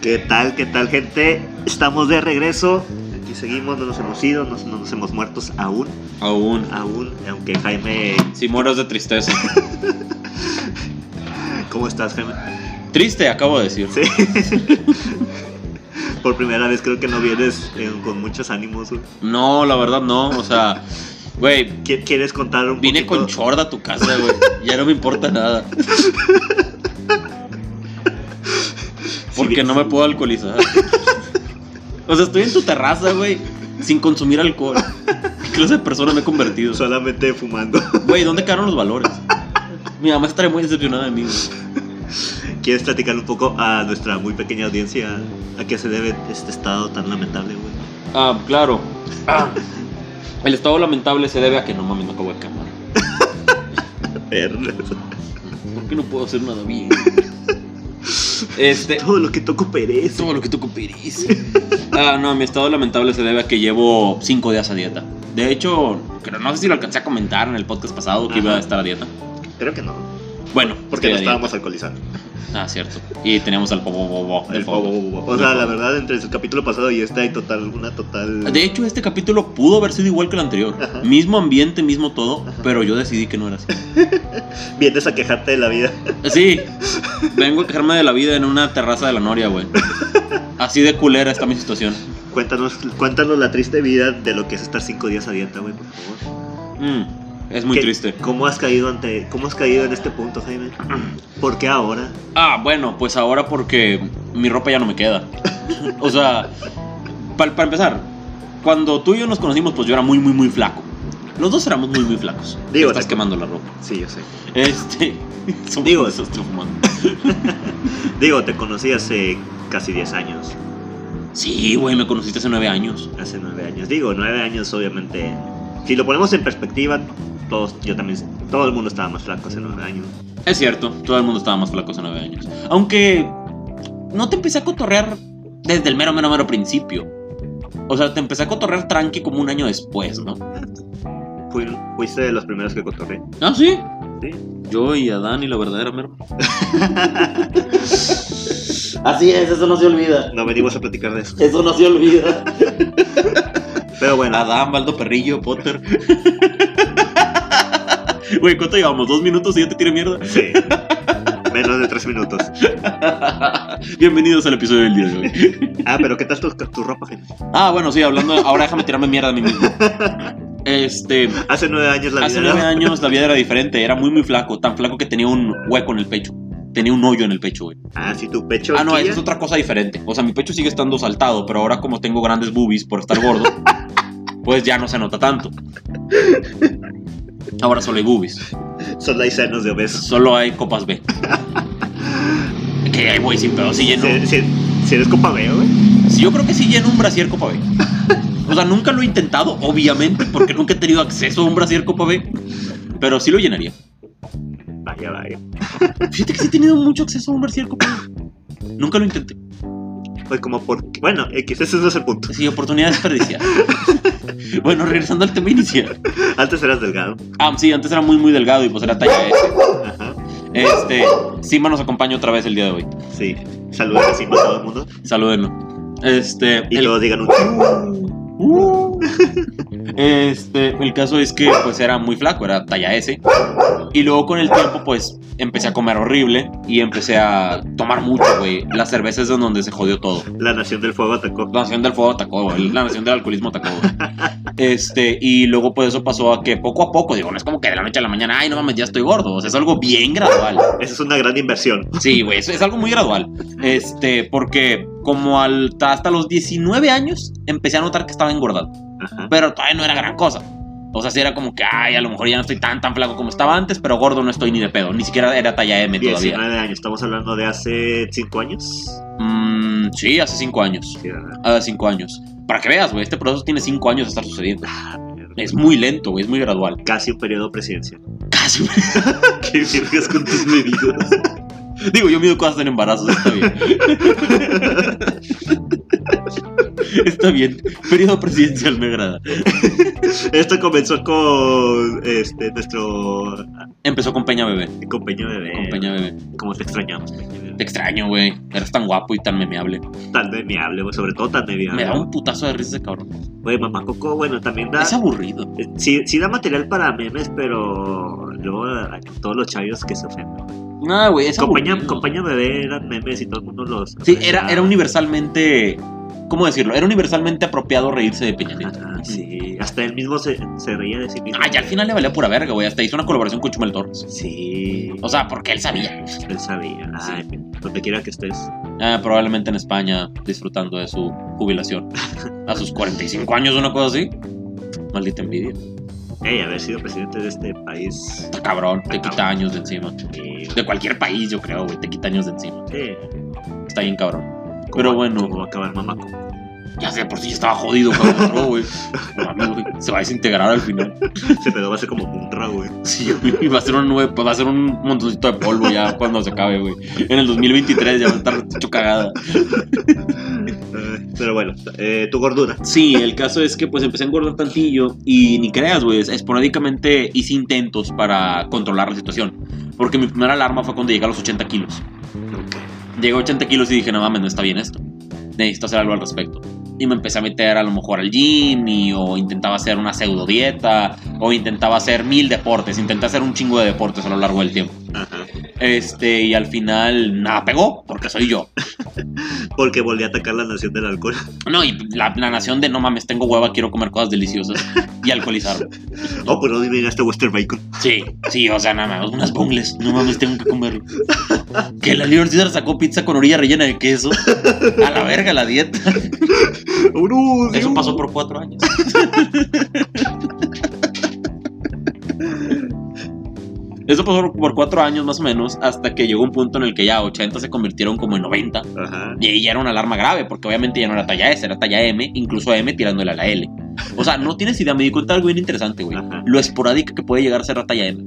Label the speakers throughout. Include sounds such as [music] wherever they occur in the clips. Speaker 1: ¿Qué tal, qué tal, gente? Estamos de regreso. Aquí seguimos, no nos hemos ido, no, no nos hemos muerto aún.
Speaker 2: Aún.
Speaker 1: Aún, aunque Jaime.
Speaker 2: Si mueros de tristeza.
Speaker 1: ¿Cómo estás, Jaime? [laughs]
Speaker 2: Triste, acabo de decir.
Speaker 1: Sí. Por primera vez creo que no vienes eh, con muchos ánimos. güey.
Speaker 2: No, la verdad no. O sea, güey,
Speaker 1: ¿Qui- ¿Quieres contar un
Speaker 2: vine con
Speaker 1: poquito?
Speaker 2: chorda a tu casa, güey. Ya no me importa nada. Porque no me puedo alcoholizar. O sea, estoy en tu terraza, güey, sin consumir alcohol. ¿Qué clase de persona me he convertido?
Speaker 1: Solamente fumando. [laughs]
Speaker 2: Güey, ¿dónde quedaron los valores? Mi mamá estaría muy decepcionada de mí, güey.
Speaker 1: ¿Quieres platicar un poco a nuestra muy pequeña audiencia a qué se debe este estado tan lamentable, güey?
Speaker 2: Ah, claro. Ah, El estado lamentable se debe a que no mames, no acabo de cámara.
Speaker 1: Vergas.
Speaker 2: ¿Por qué no puedo hacer nada bien?
Speaker 1: [laughs]
Speaker 2: Este.
Speaker 1: Todo lo que toco perece.
Speaker 2: Todo lo que tú cooperes. Ah, no, mi estado lamentable se debe a que llevo cinco días a dieta. De hecho, creo, no sé si lo alcancé a comentar en el podcast pasado que iba a
Speaker 1: Ajá.
Speaker 2: estar a dieta.
Speaker 1: Creo que no.
Speaker 2: Bueno,
Speaker 1: Porque no
Speaker 2: estoy a dieta.
Speaker 1: estábamos alcoholizando.
Speaker 2: Ah, cierto. Y teníamos al Bobo Bobo de
Speaker 1: El
Speaker 2: fondo.
Speaker 1: bobo, bobo. O sea, la verdad, entre el capítulo pasado y este hay total, una total.
Speaker 2: De hecho, este capítulo pudo haber sido igual que el anterior.
Speaker 1: Ajá.
Speaker 2: Mismo ambiente, mismo todo,
Speaker 1: Ajá.
Speaker 2: pero yo decidí que no era así.
Speaker 1: Vienes a quejarte de la vida. [laughs]
Speaker 2: Sí, vengo a quejarme de la vida en una terraza de la Noria, güey. Así de culera está mi situación.
Speaker 1: Cuéntanos, cuéntanos la triste vida de lo que es estar cinco días a dieta, güey, por favor.
Speaker 2: Mm, es muy
Speaker 1: ¿Qué-
Speaker 2: triste.
Speaker 1: ¿Cómo has caído ante, cómo has caído en este punto, [clears throat] Jaime? ¿Por qué ahora?
Speaker 2: Ah, bueno, pues ahora porque mi ropa ya no me queda. [laughs] o sea, para empezar, cuando tú y yo nos conocimos, pues yo era muy, muy, muy flaco. Los dos éramos muy, muy flacos.
Speaker 1: Digo,
Speaker 2: estás
Speaker 1: te-
Speaker 2: quemando la ropa.
Speaker 1: Sí, yo sé.
Speaker 2: Este. [laughs] somos
Speaker 1: Digo,
Speaker 2: un desastre humano.
Speaker 1: Digo, te conocí hace casi 10 años,
Speaker 2: Sí, güey, me conociste hace nueve años.
Speaker 1: hace nueve años. Digo, nueve años, obviamente. Si lo ponemos en perspectiva, todos, yo también, todo el mundo estaba más flaco hace nueve años.
Speaker 2: Es cierto, todo el mundo estaba más flaco hace nueve años. Aunque. No te empecé a cotorrear desde el mero, mero, mero principio. O sea, te empecé a cotorrear tranqui como un año después, ¿no?
Speaker 1: Fui- fuiste de los primeros que cotorré.
Speaker 2: Ah, sí.
Speaker 1: Sí.
Speaker 2: Yo y Adán y la verdadera merma. [laughs] Así es, eso no se olvida.
Speaker 1: No venimos a platicar de eso.
Speaker 2: Eso no se olvida.
Speaker 1: Pero bueno,
Speaker 2: Adán, Baldo Perrillo, Potter. Güey, ¿cuánto llevamos? ¿Dos minutos y ya te tira mierda?
Speaker 1: sí. [laughs] Menos de tres minutos.
Speaker 2: Bienvenidos al episodio del día de hoy.
Speaker 1: Ah, pero ¿qué tal tu, tu ropa, Jaime?
Speaker 2: Ah, bueno, sí, hablando. Ahora déjame tirarme mierda a mí mismo. Este.
Speaker 1: Hace nueve años la
Speaker 2: Hace
Speaker 1: vida
Speaker 2: nueve
Speaker 1: era-
Speaker 2: años la vida era diferente. Era muy, muy flaco. Tan flaco que tenía un hueco en el pecho. Tenía un hoyo en el pecho, güey.
Speaker 1: Ah, sí, tu pecho.
Speaker 2: Ah, no,
Speaker 1: horquilla.
Speaker 2: esa es otra cosa diferente. O sea, mi pecho sigue estando saltado, pero ahora como tengo grandes boobies por estar gordo, pues ya no se nota tanto. Ahora solo hay boobies.
Speaker 1: Son las senos de obesos.
Speaker 2: Solo hay copas B. Que ahí voy sin pedo, sí lleno.
Speaker 1: Si, si- si eres copa B, güey.
Speaker 2: Sí, yo creo que sí lleno un brasier copa B. O sea, nunca lo he intentado, obviamente, porque nunca he tenido acceso a un brasier copa B. Pero sí lo llenaría.
Speaker 1: Vaya, vaya.
Speaker 2: Fíjate que sí he tenido mucho acceso a un brasier copa B. Nunca lo intenté.
Speaker 1: Pues como por. Bueno, X, ese no es el punto.
Speaker 2: Sí, oportunidad desperdiciada. bueno, regresando al tema inicial.
Speaker 1: Antes eras delgado.
Speaker 2: Ah, sí, antes era muy, muy delgado y pues era talla S.
Speaker 1: Ajá.
Speaker 2: Este, Sima nos acompaña otra vez el día de hoy.
Speaker 1: Sí. Saludos así a todo el mundo.
Speaker 2: Salúdenlo. Este,
Speaker 1: Y
Speaker 2: el,
Speaker 1: todos digan un chu.
Speaker 2: Uh. este, el caso es que pues era muy flaco, era talla S. Y luego con el tiempo pues empecé a comer horrible y empecé a tomar mucho, güey. Las cervezas es donde se jodió todo.
Speaker 1: La nación del fuego atacó.
Speaker 2: La nación del fuego atacó, güey. La nación del alcoholismo atacó, güey. Este, y luego pues eso pasó a que poco a poco, digo, no es como que de la noche a la mañana, ay, no mames, ya estoy gordo. O sea, es algo bien gradual.
Speaker 1: Esa es una gran inversión.
Speaker 2: Sí, güey, eso es algo muy gradual. Este, porque como al- hasta los 19 años empecé a notar que estaba engordado.
Speaker 1: Ajá.
Speaker 2: Pero todavía no era gran cosa. O sea, sí era como que, ay, a lo mejor ya no estoy tan, tan flaco como estaba antes, pero gordo no estoy ni de pedo. Ni siquiera era talla M todavía.
Speaker 1: 19 años. Estamos hablando de hace 5 años.
Speaker 2: Mm, sí, hace 5 años.
Speaker 1: Sí, ah, ¿verdad?
Speaker 2: Hace 5 años. Para que veas, güey, este proceso tiene 5 años de estar sucediendo. Es muy lento, güey, es muy gradual. [laughs]
Speaker 1: Casi un periodo presidencial. [laughs]
Speaker 2: Casi.
Speaker 1: ¿Qué virgas con tus medidas?
Speaker 2: Digo, yo mido cosas en embarazos, está bien. [laughs] Está bien. Periodo presidencial me agrada.
Speaker 1: Esto comenzó con este, nuestro
Speaker 2: Empezó con Peña Bebé.
Speaker 1: compañero bebé.
Speaker 2: Con Peña Bebé.
Speaker 1: Como te extrañamos, Peña Bebé.
Speaker 2: Te extraño, güey. Eres tan guapo y tan memeable.
Speaker 1: Tan memeable, güey, sobre todo tan
Speaker 2: Me
Speaker 1: memeable.
Speaker 2: da un putazo de risa ese cabrón.
Speaker 1: Güey, mamá Coco, bueno, también da.
Speaker 2: Es aburrido.
Speaker 1: eh, Sí, sí da material para memes, pero luego a todos los chavios que se ofenden.
Speaker 2: No, güey, es
Speaker 1: Compañía,
Speaker 2: aburrido.
Speaker 1: compañía bebé eran memes y todo el mundo los.
Speaker 2: Sí, era, era universalmente. ¿Cómo decirlo? Era universalmente apropiado reírse de Peña Nieto.
Speaker 1: Ajá, Ah, sí, hasta él mismo se, se reía de sí mismo.
Speaker 2: Ah, ya al final le valía pura verga, güey. Hasta hizo una colaboración con Chumel Torres.
Speaker 1: Sí,
Speaker 2: O sea, porque él sabía.
Speaker 1: él sabía. Ay, donde quiera que estés.
Speaker 2: Ah, probablemente en España, disfrutando de su jubilación. A sus 45 años, una cosa así. Maldita envidia.
Speaker 1: Ey, haber sido presidente de este país.
Speaker 2: Está cabrón, te quita años de encima.
Speaker 1: eh,
Speaker 2: De cualquier país, yo creo, güey. Te quita años de encima.
Speaker 1: eh,
Speaker 2: Está bien cabrón.
Speaker 1: ¿cómo
Speaker 2: Pero
Speaker 1: va-
Speaker 2: bueno.
Speaker 1: ¿Cómo va a acabar mamá Coco?
Speaker 2: Ya sé, por si ya estaba jodido cuando entró, güey. No mames, güey, Se va a desintegrar al final.
Speaker 1: Se pedo va a ser como un güey.
Speaker 2: Sí, güey, va a ser un nube, pues va a ser un montoncito de polvo ya cuando se acabe, güey. En el 2023 ya va a estar hecho cagada.
Speaker 1: Eh, Pero bueno, eh, tu gordura.
Speaker 2: Sí, el caso es que pues empecé a engordar tantillo y ni creas, güey, esporádicamente hice intentos para controlar la situación. Porque mi primera alarma fue cuando llegué a los 80 kilos. Llegué a 80 kilos y dije, no mames, no está bien esto. Necesito hacer algo al respecto. Y me empecé a meter a lo mejor al gym y- o intentaba hacer una pseudo dieta o intentaba hacer mil deportes. Intenté hacer un chingo de deportes a lo largo del tiempo.
Speaker 1: Ajá.
Speaker 2: Este, y al final nada pegó, porque soy yo.
Speaker 1: Porque volví a atacar la nación del alcohol. [laughs]
Speaker 2: No, y la, la nación de no mames, tengo hueva, quiero comer cosas deliciosas y alcoholizarme.
Speaker 1: Oh, pero no me este Western Bacon. [laughs]
Speaker 2: Sí, sí, o sea, nada más, unas bongles, no mames, tengo que comerlo. Que la universidad sacó pizza con orilla rellena de queso. A la verga la dieta.
Speaker 1: Oh, no,
Speaker 2: Eso
Speaker 1: no.
Speaker 2: pasó por cuatro años. Eso pasó por cuatro años más o menos, hasta que llegó un punto en el que ya 80 se convirtieron como en 90.
Speaker 1: Ajá.
Speaker 2: Y ahí ya era una alarma grave, porque obviamente ya no era talla S, era talla M, incluso M tirándole a la L. O sea, no tienes idea, me di cuenta de algo bien interesante, güey.
Speaker 1: Ajá. Ah.
Speaker 2: Lo esporádica que puede llegar a ser la talla M.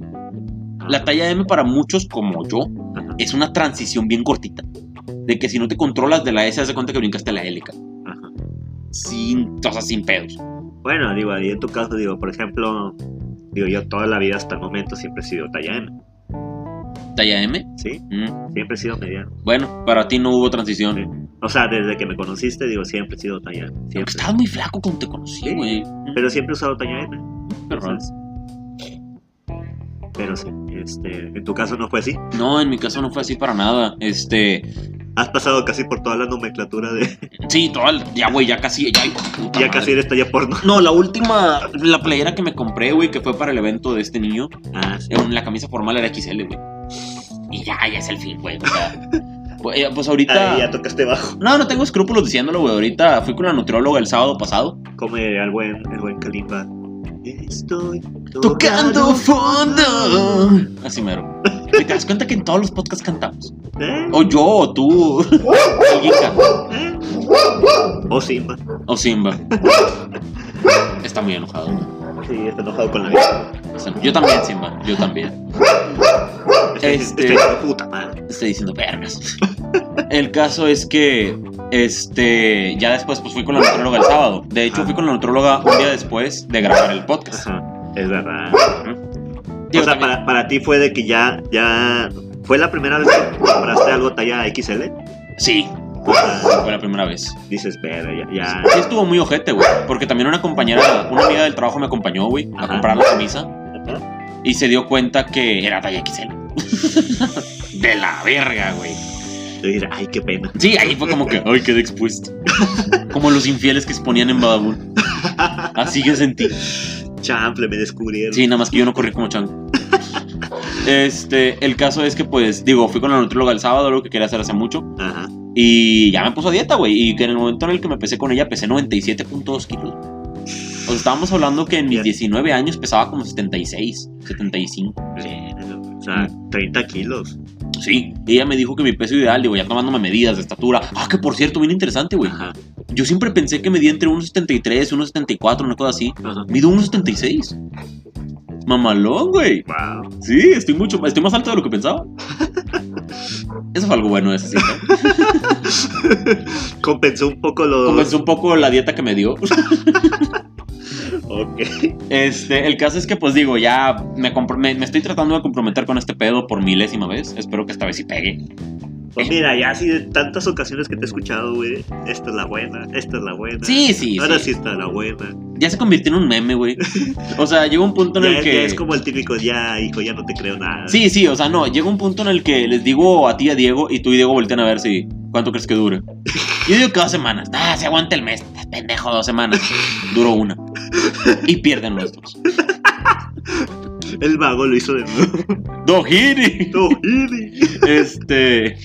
Speaker 2: La talla M para muchos como yo
Speaker 1: Ajá.
Speaker 2: es una transición bien cortita. De que si no te controlas de la S, haz de cuenta que brincaste a la L. ca-
Speaker 1: Ajá.
Speaker 2: Sin, o sea, sin pedos.
Speaker 1: Bueno, digo, ahí en tu caso, digo, por ejemplo, digo, yo toda la vida hasta el momento siempre he sido talla M,
Speaker 2: Talla M.
Speaker 1: ¿sí?
Speaker 2: mm,
Speaker 1: Siempre he sido mediano.
Speaker 2: Bueno, para ti no hubo transición.
Speaker 1: O sea, desde que me conociste, digo, siempre he sido talla M.
Speaker 2: Porque
Speaker 1: Siempre.
Speaker 2: estabas muy flaco cuando te conocí,
Speaker 1: Sí,
Speaker 2: güey.
Speaker 1: Pero siempre he usado talla M.
Speaker 2: Pero raro.
Speaker 1: entonces- Pero sí, este, en tu caso no fue así.
Speaker 2: No, en mi caso no fue así para nada. Este,
Speaker 1: Has pasado casi por toda la nomenclatura de. [laughs]
Speaker 2: sí, toda, la- ya, güey, ya casi, ya, puta
Speaker 1: ya
Speaker 2: madre.
Speaker 1: casi eres talla porno.
Speaker 2: No, la última, la playera que me compré, güey, que fue para el evento de este niño,
Speaker 1: Ah, sí.
Speaker 2: en la camisa formal era XL, güey. Y ya, ya es el fin, güey. O sea, [laughs] pues, eh, pues ahorita...
Speaker 1: Ahí ya tocaste bajo.
Speaker 2: No, no tengo escrúpulos diciéndolo, güey. Ahorita fui con la nutrióloga el sábado pasado.
Speaker 1: Como el buen, el buen Kalimba. Estoy
Speaker 2: Tocando fondo. Así mero. ¿Te das cuenta que en todos los podcasts cantamos?
Speaker 1: ¿Eh?
Speaker 2: O yo, o tú. Alguien canta.
Speaker 1: ¿Eh?
Speaker 2: Oh.
Speaker 1: O Simba.
Speaker 2: O Simba. Está muy enojado, güey.
Speaker 1: Sí, está enojado con la vida.
Speaker 2: Está- Yo también, Simba. Yo también. Este-
Speaker 1: Este. Este puta madre.
Speaker 2: Estoy diciendo vergas. El caso es que, este, ya después pues fui con la nutróloga el sábado. De hecho, fui con la nutróloga un día después de grabar el podcast.
Speaker 1: Ajá, Es verdad.
Speaker 2: Digo,
Speaker 1: o sea, para,
Speaker 2: también-
Speaker 1: para ti fue de que ya, ya. ¿Fue la primera vez que compraste algo talla XL?
Speaker 2: Sí,
Speaker 1: O sea,
Speaker 2: fue la primera vez.
Speaker 1: dices, pero ya. ya.
Speaker 2: Sí estuvo muy ojete, güey. Porque también una compañera, una amiga del trabajo me acompañó, güey, a
Speaker 1: Ajá.
Speaker 2: comprar la camisa. Y se dio cuenta que era talla XL. De la verga, güey.
Speaker 1: Yo diría, ay, qué pena.
Speaker 2: Sí, ahí fue como que, ay, quedé expuesto. Como los infieles que exponían en Badabun. Así que sentí.
Speaker 1: Chample, me descubrieron.
Speaker 2: Sí, nada más que yo no corrí como chango. Este, el caso es que, pues, digo, fui con la nutróloga el sábado, algo que quería hacer hace mucho.
Speaker 1: Ajá.
Speaker 2: Y ya me puso a dieta, güey. Y que en el momento en el que me pesé con ella, pesé 97.2 kilos. O sea, estábamos hablando que en
Speaker 1: Bien.
Speaker 2: mis 19 años pesaba como 76, 75.
Speaker 1: Bien, O sea, 30 kilos.
Speaker 2: Sí. Y ella me dijo que mi peso ideal, digo, ya tomándome medidas de estatura. Ah, que por cierto, bien interesante, güey.
Speaker 1: Ajá.
Speaker 2: Yo siempre pensé que medía entre 1,73, 1,74, una cosa así.
Speaker 1: Ajá.
Speaker 2: Mido 1,76. Mamalón, güey.
Speaker 1: Wow. [laughs]
Speaker 2: Sí, estoy mucho, estoy más alto de lo que pensaba. Eso fue algo bueno de esa cita.
Speaker 1: Compensó un poco los.
Speaker 2: Compensó un poco la dieta que me dio. [laughs]
Speaker 1: Ok.
Speaker 2: Este, el caso es que, pues digo, ya me, compro- me- me estoy tratando de comprometer con este pedo por milésima vez. Espero que esta vez sí pegue.
Speaker 1: Pues mira, ya así de tantas ocasiones que te he escuchado, güey. Esta es la buena, esta es la buena.
Speaker 2: Sí, sí,
Speaker 1: Ahora
Speaker 2: sí.
Speaker 1: sí está la buena.
Speaker 2: Ya se convirtió en un
Speaker 1: [laughs]
Speaker 2: meme, güey. O sea, llegó un punto en
Speaker 1: Ya,
Speaker 2: el
Speaker 1: es-
Speaker 2: que.
Speaker 1: ya es como el típico, ya, hijo, ya no te creo nada.
Speaker 2: Sí, sí, o sea, no, llega un punto en el que les digo a ti y a Diego y tú y Diego voltean a ver si cuánto crees
Speaker 1: [laughs]
Speaker 2: que dure. Yo digo que dos semanas. Ah, se aguanta el mes. Estás pendejo, dos semanas. Duró una. Y pierden los dos.
Speaker 1: El vago lo hizo de nuevo. [laughs]
Speaker 2: ¡Dojiri!
Speaker 1: No, Ili.
Speaker 2: [laughs] Este.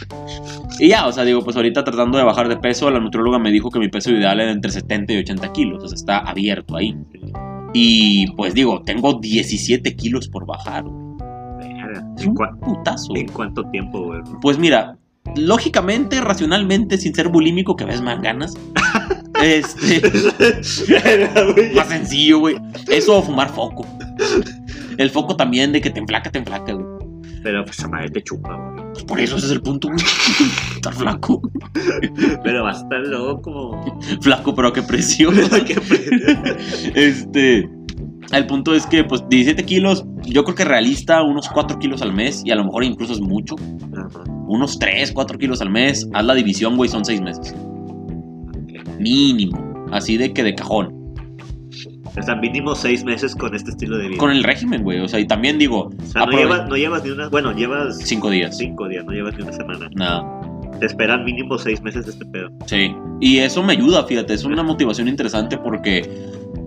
Speaker 2: Y ya, o sea, digo, pues ahorita tratando de bajar de peso, la nutrióloga me dijo que mi peso ideal era entre 70 y 80 kilos, o sea, está abierto ahí. Y pues digo, tengo 17 kilos por bajar. güey.
Speaker 1: Verga.
Speaker 2: Es un
Speaker 1: ¿Cuá-
Speaker 2: putazo. güey.
Speaker 1: ¿En cuánto tiempo, güey? [laughs]
Speaker 2: Pues mira, lógicamente, racionalmente, sin ser bulímico, que ves más ganas. este, [laughs] más sencillo, güey. Eso o fumar foco. El foco también de que te emplaca, te emplaca, güey.
Speaker 1: Pero pues a madre te chupa, güey.
Speaker 2: Pues por eso ese es el punto, güey. [laughs] Estar flaco.
Speaker 1: Pero va a estar loco.
Speaker 2: Flaco, pero a qué precio.
Speaker 1: [laughs] Qué
Speaker 2: [laughs]
Speaker 1: pena.
Speaker 2: Este. El punto es que, pues, 17 kilos, yo creo que realista, unos 4 kilos al mes, y a lo mejor incluso es mucho.
Speaker 1: Ajá.
Speaker 2: Unos 3, 4 kilos al mes, haz la división, güey, son 6 meses.
Speaker 1: Ok.
Speaker 2: Mínimo. Así de que de cajón.
Speaker 1: O sea, mínimo seis meses con este estilo de vida.
Speaker 2: Con el régimen, güey. O sea, y también digo,
Speaker 1: O sea, no
Speaker 2: Aprove-
Speaker 1: llevas, no llevas ni una. Bueno, llevas
Speaker 2: 5 días.
Speaker 1: cinco días, no llevas ni una semana.
Speaker 2: Nada.
Speaker 1: Te esperan mínimo seis meses de este pedo.
Speaker 2: Sí. Y eso me ayuda, fíjate. Es una motivación interesante porque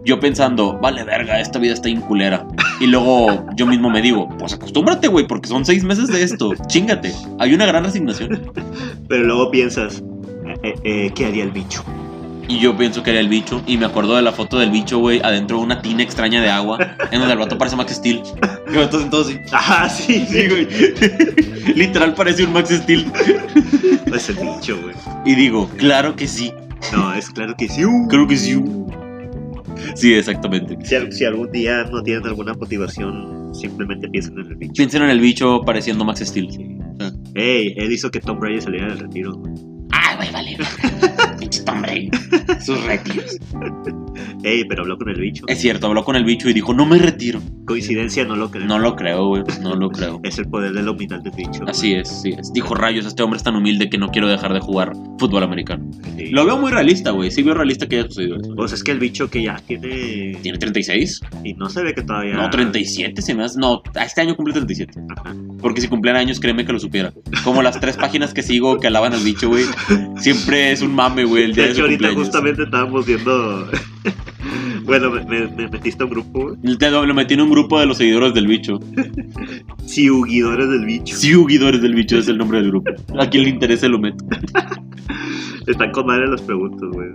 Speaker 2: yo pensando, vale, verga, esta vida está inculera. Y luego yo mismo me digo, pues acostúmbrate, güey, porque son 6 meses de esto. Chingate. Hay una gran resignación.
Speaker 1: Pero luego piensas, eh, eh, ¿qué haría el bicho? [laughs]
Speaker 2: Y yo pienso que era el bicho. Y me acuerdo de la foto del bicho, güey, adentro de una tina extraña de agua. En donde el vato parece Max Steel. Y entonces, entonces,
Speaker 1: Ah, sí,
Speaker 2: sí, güey. [laughs] Literal parece un Max Steel.
Speaker 1: Pues el bicho, güey.
Speaker 2: Y digo, claro que sí.
Speaker 1: No, es claro que sí. uh.
Speaker 2: Creo que sí. Sí, exactamente.
Speaker 1: Si, al- si algún día no tienen alguna motivación, simplemente piensen en el bicho.
Speaker 2: Piensen en el bicho pareciendo Max Steel. Ah.
Speaker 1: Ey, él hizo que Tom Brady saliera del retiro. [laughs] güey.
Speaker 2: Ay, güey, vale.
Speaker 1: [laughs]
Speaker 2: Pinche Tom Brady. Sus retiros.
Speaker 1: Ey, pero habló con el bicho.
Speaker 2: Es cierto, habló con el bicho y dijo, no me retiro.
Speaker 1: Coincidencia, no lo creo.
Speaker 2: No lo creo, güey. No lo creo.
Speaker 1: Es el poder del nominal del bicho. güey.
Speaker 2: Así es, así es. Dijo rayos, este hombre es tan humilde que no quiero dejar de jugar fútbol americano.
Speaker 1: Sí.
Speaker 2: Lo veo muy realista, güey. Sí veo realista que haya sucedido eso.
Speaker 1: Pues es que el bicho que ya tiene.
Speaker 2: ¿Tiene 36?
Speaker 1: Y no se ve que todavía.
Speaker 2: No, 37 se me hace. No, este año cumple 37.
Speaker 1: Ajá.
Speaker 2: Porque si cumpliera años, créeme que lo supiera. Como las tres páginas que sigo que alaban al bicho, güey. Siempre es un mame, güey, el día
Speaker 1: De
Speaker 2: de, su
Speaker 1: hecho, ahorita
Speaker 2: cumpleaños.
Speaker 1: justamente estábamos viendo. [laughs] bueno, me, me- me metiste a un grupo.
Speaker 2: Te- Lo metí en un grupo de los seguidores del bicho.
Speaker 1: Siuguidores del bicho.
Speaker 2: Sí, seguidores del bicho es el nombre del grupo. A quien le interese lo meto. [laughs]
Speaker 1: Están con madre las preguntas, güey.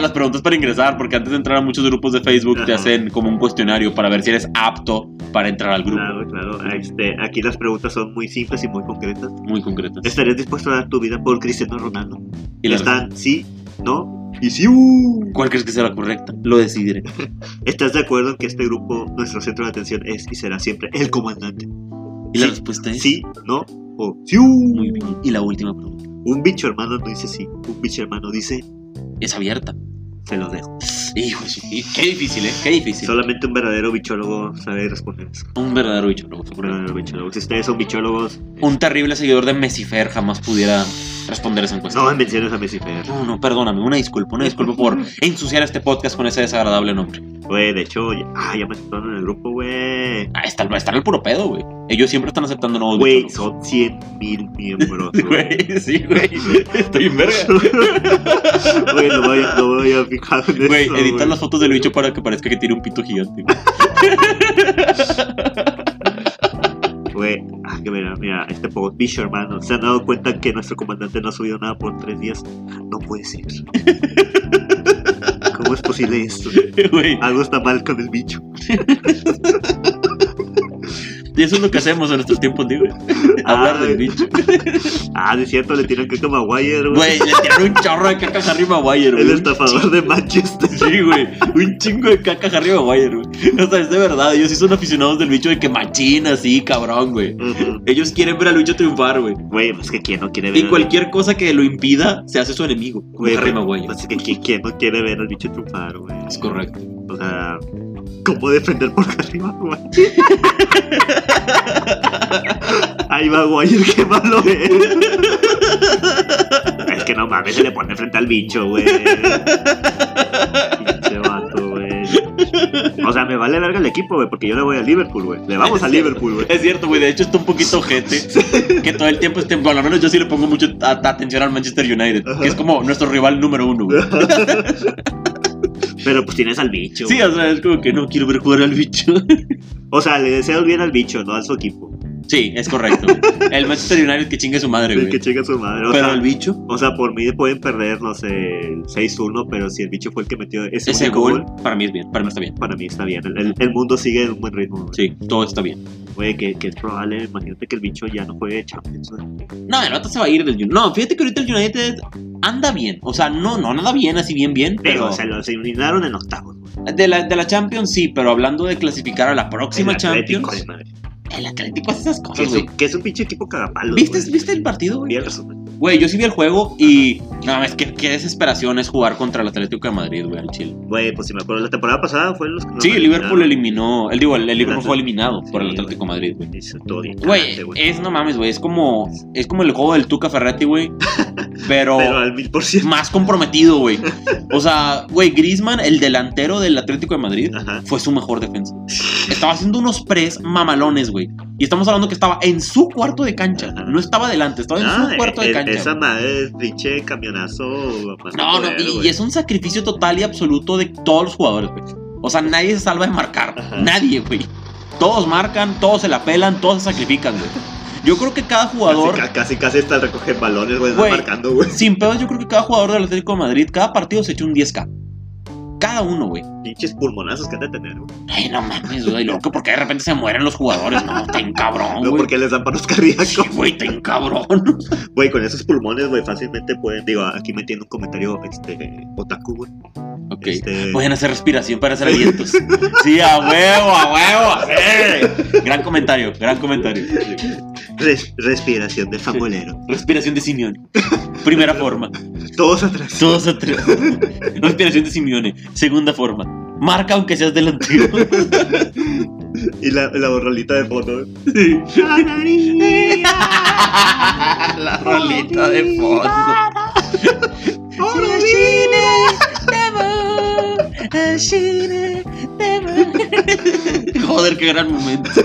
Speaker 2: Las preguntas para ingresar, porque antes de entrar a muchos grupos de Facebook te
Speaker 1: Ajá.
Speaker 2: hacen como un cuestionario para ver si eres apto para entrar al grupo.
Speaker 1: Claro, claro. Este, aquí las preguntas son muy simples y muy concretas.
Speaker 2: Muy concretas.
Speaker 1: ¿Estarías dispuesto a dar tu vida por Cristiano Ronaldo?
Speaker 2: Y la
Speaker 1: Están sí, no y sí. uh.
Speaker 2: ¿Cuál crees que sea la correcta? Lo decidiré.
Speaker 1: ¿Estás de acuerdo en que este grupo, nuestro centro de atención es y será siempre el comandante?
Speaker 2: Y la
Speaker 1: Sí.
Speaker 2: respuesta es
Speaker 1: ¿Sí, no o sí? uh.
Speaker 2: Muy bien. Y la última pregunta.
Speaker 1: Un bicho hermano no dice sí. Un bicho hermano dice
Speaker 2: Es abierta.
Speaker 1: se lo dejo.
Speaker 2: Hijo, de su- y- qué difícil, ¿eh? Qué difícil.
Speaker 1: Solamente un verdadero bichólogo sabe responder eso.
Speaker 2: Un verdadero bicho. loco,
Speaker 1: Un
Speaker 2: seguro.
Speaker 1: verdadero bichólogo. Si ustedes son bichólogos,
Speaker 2: Un terrible seguidor de Messifer jamás pudiera responder esa encuesta.
Speaker 1: no me menciones a Messi Fer.
Speaker 2: no, no, perdóname. Una disculpa, una disculpa
Speaker 1: [laughs]
Speaker 2: por ensuciar este podcast con ese desagradable nombre.
Speaker 1: Güey, de hecho, ya, ah, ya me aceptaron en el grupo, güey.
Speaker 2: Ah, está, está el puro pedo, güey. Ellos siempre están aceptando nuevos
Speaker 1: Güey,
Speaker 2: bichólogos.
Speaker 1: son 100 mil miembros. [laughs] Güey,
Speaker 2: [laughs] Güey, sí, güey. Estoy en verga.
Speaker 1: [laughs] Güey, no, me había- no me había fijado en
Speaker 2: Güey,
Speaker 1: eso,
Speaker 2: editar las fotos del bicho para que parezca que tiene un pito gigante. güey.
Speaker 1: Güey, ah, que mira, mira, este poco bicho, hermano. Se han dado cuenta que nuestro comandante no ha subido nada por tres días. No puede ser. ¿Cómo es posible esto?
Speaker 2: Güey, [laughs]
Speaker 1: Algo está mal con el bicho.
Speaker 2: Y eso es lo que hacemos en nuestros tiempos libres. Hablar
Speaker 1: Ah,
Speaker 2: del bicho.
Speaker 1: Ah, de cierto, le tiran caca a Maguire, güey.
Speaker 2: Güey, le tiraron un chorro de cacas arriba a Wire, güey.
Speaker 1: El estafador de Manchester.
Speaker 2: Sí, güey. Un chingo de cacas arriba a Wire, güey. [laughs] O sea, es de verdad. Ellos sí son aficionados del bicho de que machina, así, cabrón, güey.
Speaker 1: Ujú.
Speaker 2: Ellos quieren ver al bicho triunfar, güey.
Speaker 1: Güey, pues que quien no quiere ver.
Speaker 2: Y cualquier cosa que lo impida se hace su enemigo.
Speaker 1: Güey,
Speaker 2: Güey, Harry Maguire.
Speaker 1: Pues que quien, quien no quiere ver al bicho triunfar, güey.
Speaker 2: Es correcto.
Speaker 1: O sea, ¿cómo defender por arriba,
Speaker 2: [laughs]
Speaker 1: güey? Ahí va Guayer, qué malo es. Es que no mames, se le pone frente al bicho, güey. Pinche vato, güey. O sea, me vale verga el equipo, güey, porque yo le voy a Liverpool, güey. Le vamos
Speaker 2: Es
Speaker 1: a
Speaker 2: cierto.
Speaker 1: Liverpool, güey.
Speaker 2: Es cierto, güey. De hecho, está un poquito ojete. que todo el tiempo esté. Por lo menos yo sí le pongo mucho a- atención al Manchester United. Que es como nuestro rival número uno, güey.
Speaker 1: Pero pues tienes al bicho.
Speaker 2: Sí,
Speaker 1: güey.
Speaker 2: o sea, es como que no quiero ver jugar al bicho. [laughs]
Speaker 1: O sea, le deseo el bien al bicho, no a su equipo.
Speaker 2: sí, es correcto. El Manchester United que chingue su madre,
Speaker 1: El
Speaker 2: güey.
Speaker 1: que chinga su madre. O
Speaker 2: Pero
Speaker 1: sea,
Speaker 2: el bicho.
Speaker 1: O sea, por mí pueden perder, no sé, 6-1, pero si el bicho fue el que metió ese,
Speaker 2: Ese
Speaker 1: único
Speaker 2: gol, para mí es bien. Para mí está bien.
Speaker 1: para mí está bien. El, el- el mundo sigue en un buen ritmo. güey.
Speaker 2: Sí, todo está bien.
Speaker 1: Güey, que, que es probable, imagínate que el bicho ya no juegue Champions. güey.
Speaker 2: No, el otro se va a ir del United. No, fíjate que ahorita el United anda bien. O sea, no, no, nada bien, así bien, bien.
Speaker 1: Pero
Speaker 2: Pero,
Speaker 1: se lo eliminaron en octavos. güey.
Speaker 2: de, la, de la Champions sí, pero hablando de clasificar a la próxima
Speaker 1: El Atlético
Speaker 2: Champions.
Speaker 1: de Madrid.
Speaker 2: El Atlético hace esas
Speaker 1: Que
Speaker 2: cosas,
Speaker 1: es,
Speaker 2: güey.
Speaker 1: un, que es un pinche equipo cagapalos.
Speaker 2: ¿Viste,
Speaker 1: güey.
Speaker 2: ¿Viste el partido,
Speaker 1: Vi
Speaker 2: güey?
Speaker 1: el resumen.
Speaker 2: Güey, yo sí vi el juego y. No, es que qué desesperación es jugar contra el Atlético de Madrid, güey, al Chile.
Speaker 1: Güey, pues si me acuerdo, la temporada pasada fue los que. nos
Speaker 2: Sí, el Liverpool
Speaker 1: eliminaron.
Speaker 2: eliminó. El, digo, el, el Liverpool
Speaker 1: Atlético.
Speaker 2: fue eliminado por el
Speaker 1: Sí,
Speaker 2: Atlético de Madrid, güey.
Speaker 1: Hizo todo bien.
Speaker 2: Güey, eh,
Speaker 1: cagante,
Speaker 2: es no mames, güey. Es como. Es como el juego del Tuca
Speaker 1: [laughs]
Speaker 2: Ferretti, güey. Pero.
Speaker 1: Pero al mil por ciento.
Speaker 2: más comprometido, güey. O sea, güey, Griezmann, el delantero del Atlético de Madrid,
Speaker 1: Ajá.
Speaker 2: fue su mejor defensa. Estaba haciendo unos press mamalones, güey. Y estamos hablando que estaba en su cuarto de cancha. No estaba delante, estaba en
Speaker 1: Ah,
Speaker 2: su cuarto de
Speaker 1: e-
Speaker 2: cancha.
Speaker 1: Esa madre es pinche camionazo. más
Speaker 2: No, no,
Speaker 1: poder,
Speaker 2: y- y,
Speaker 1: güey.
Speaker 2: es un sacrificio total y absoluto de todos los jugadores, güey. O sea, nadie se salva de marcar.
Speaker 1: Ajá.
Speaker 2: Nadie, güey. Todos marcan, todos se la pelan, todos se sacrifican, güey. Yo creo que cada jugador.
Speaker 1: Casi, casi, casi hasta recogen balones, güey,
Speaker 2: Güey.
Speaker 1: andan marcando, güey. [laughs]
Speaker 2: Sin pedos, yo creo que cada jugador del Atlético de Madrid, cada partido se echa un 10K. Cada uno, güey.
Speaker 1: Pinches pulmonazos que han de tener, güey.
Speaker 2: Ay, no mames, güey, loco, porque de repente se mueren los jugadores, no, ten cabrón,
Speaker 1: No,
Speaker 2: Ah, güey.
Speaker 1: porque les dan paros
Speaker 2: Sí,
Speaker 1: cardíacos.
Speaker 2: güey, ten cabrón.
Speaker 1: Güey, con esos pulmones, güey, fácilmente pueden. Digo, aquí metiendo un comentario, este, otaku, güey.
Speaker 2: Ok.
Speaker 1: Este,
Speaker 2: Pueden hacer respiración para hacer alientos. Sí, a huevo, a huevo, sí. Gran comentario, gran comentario.
Speaker 1: res- respiración de fambolero.
Speaker 2: Respiración de Simeone. Primera forma.
Speaker 1: Todos atrás.
Speaker 2: Todos atrás. Respiración de Simeone. Segunda forma. Marca aunque seas delantero.
Speaker 1: Y la, la borrolita de fondo. güey.
Speaker 2: [laughs] Sí.
Speaker 1: La
Speaker 2: rolita de fondo. Joder, qué gran momento.
Speaker 1: [laughs]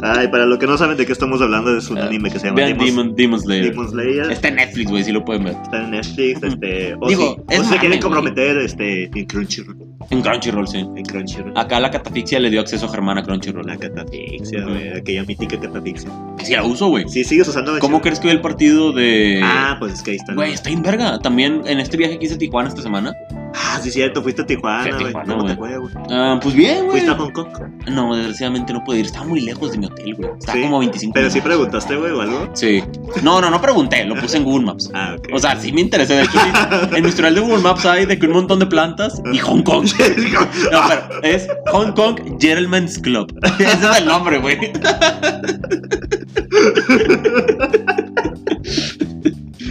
Speaker 1: Ay, para los que no saben de qué estamos hablando, es un anime que se llama
Speaker 2: Ah, Vean
Speaker 1: Demon,
Speaker 2: Demon, Demon Slayer.
Speaker 1: Demon Slayer.
Speaker 2: Está en Netflix, güey, si lo pueden ver.
Speaker 1: Está en Netflix, este. O
Speaker 2: Digo,
Speaker 1: si,
Speaker 2: es
Speaker 1: o si se
Speaker 2: mame,
Speaker 1: quieren
Speaker 2: güey.
Speaker 1: comprometer, este. En Crunchyroll.
Speaker 2: En Crunchyroll, sí.
Speaker 1: En Crunchyroll.
Speaker 2: Acá la catafixia le dio acceso a Germán a Crunchyroll.
Speaker 1: La catafixia,
Speaker 2: Ujú.
Speaker 1: güey. Aquella mítica catafixia.
Speaker 2: Que si la uso, güey.
Speaker 1: Sí, sigues usando.
Speaker 2: ¿Cómo crees que ve el partido de.
Speaker 1: Ah, pues es que ahí está. ¿no?
Speaker 2: Güey, está en verga. También en este viaje que hice a Tijuana esta semana.
Speaker 1: Ah, sí, cierto. Fuiste a
Speaker 2: Fui
Speaker 1: Tijuana,
Speaker 2: a
Speaker 1: güey.
Speaker 2: Tijuana,
Speaker 1: ¿Cómo te
Speaker 2: güey.
Speaker 1: fue, güey?
Speaker 2: Ah, pues bien, güey.
Speaker 1: Fuiste a Hong Kong.
Speaker 2: No, desgraciadamente no pude ir. Estaba muy lejos de mi hotel, güey. Estaba
Speaker 1: Sí,
Speaker 2: como 25
Speaker 1: Pero sí
Speaker 2: minutos.
Speaker 1: preguntaste, güey, o algo.
Speaker 2: Sí. No, no, no pregunté. Lo puse en Google Maps.
Speaker 1: Ah, ok.
Speaker 2: O sea, sí me interesé. De hecho, sí, en mi historial de Google Maps hay de que un montón de plantas y Hong Kong.
Speaker 1: [laughs] Digo, ah,
Speaker 2: No, pero es Hong Kong Gentleman's Club. Ese es el nombre, güey.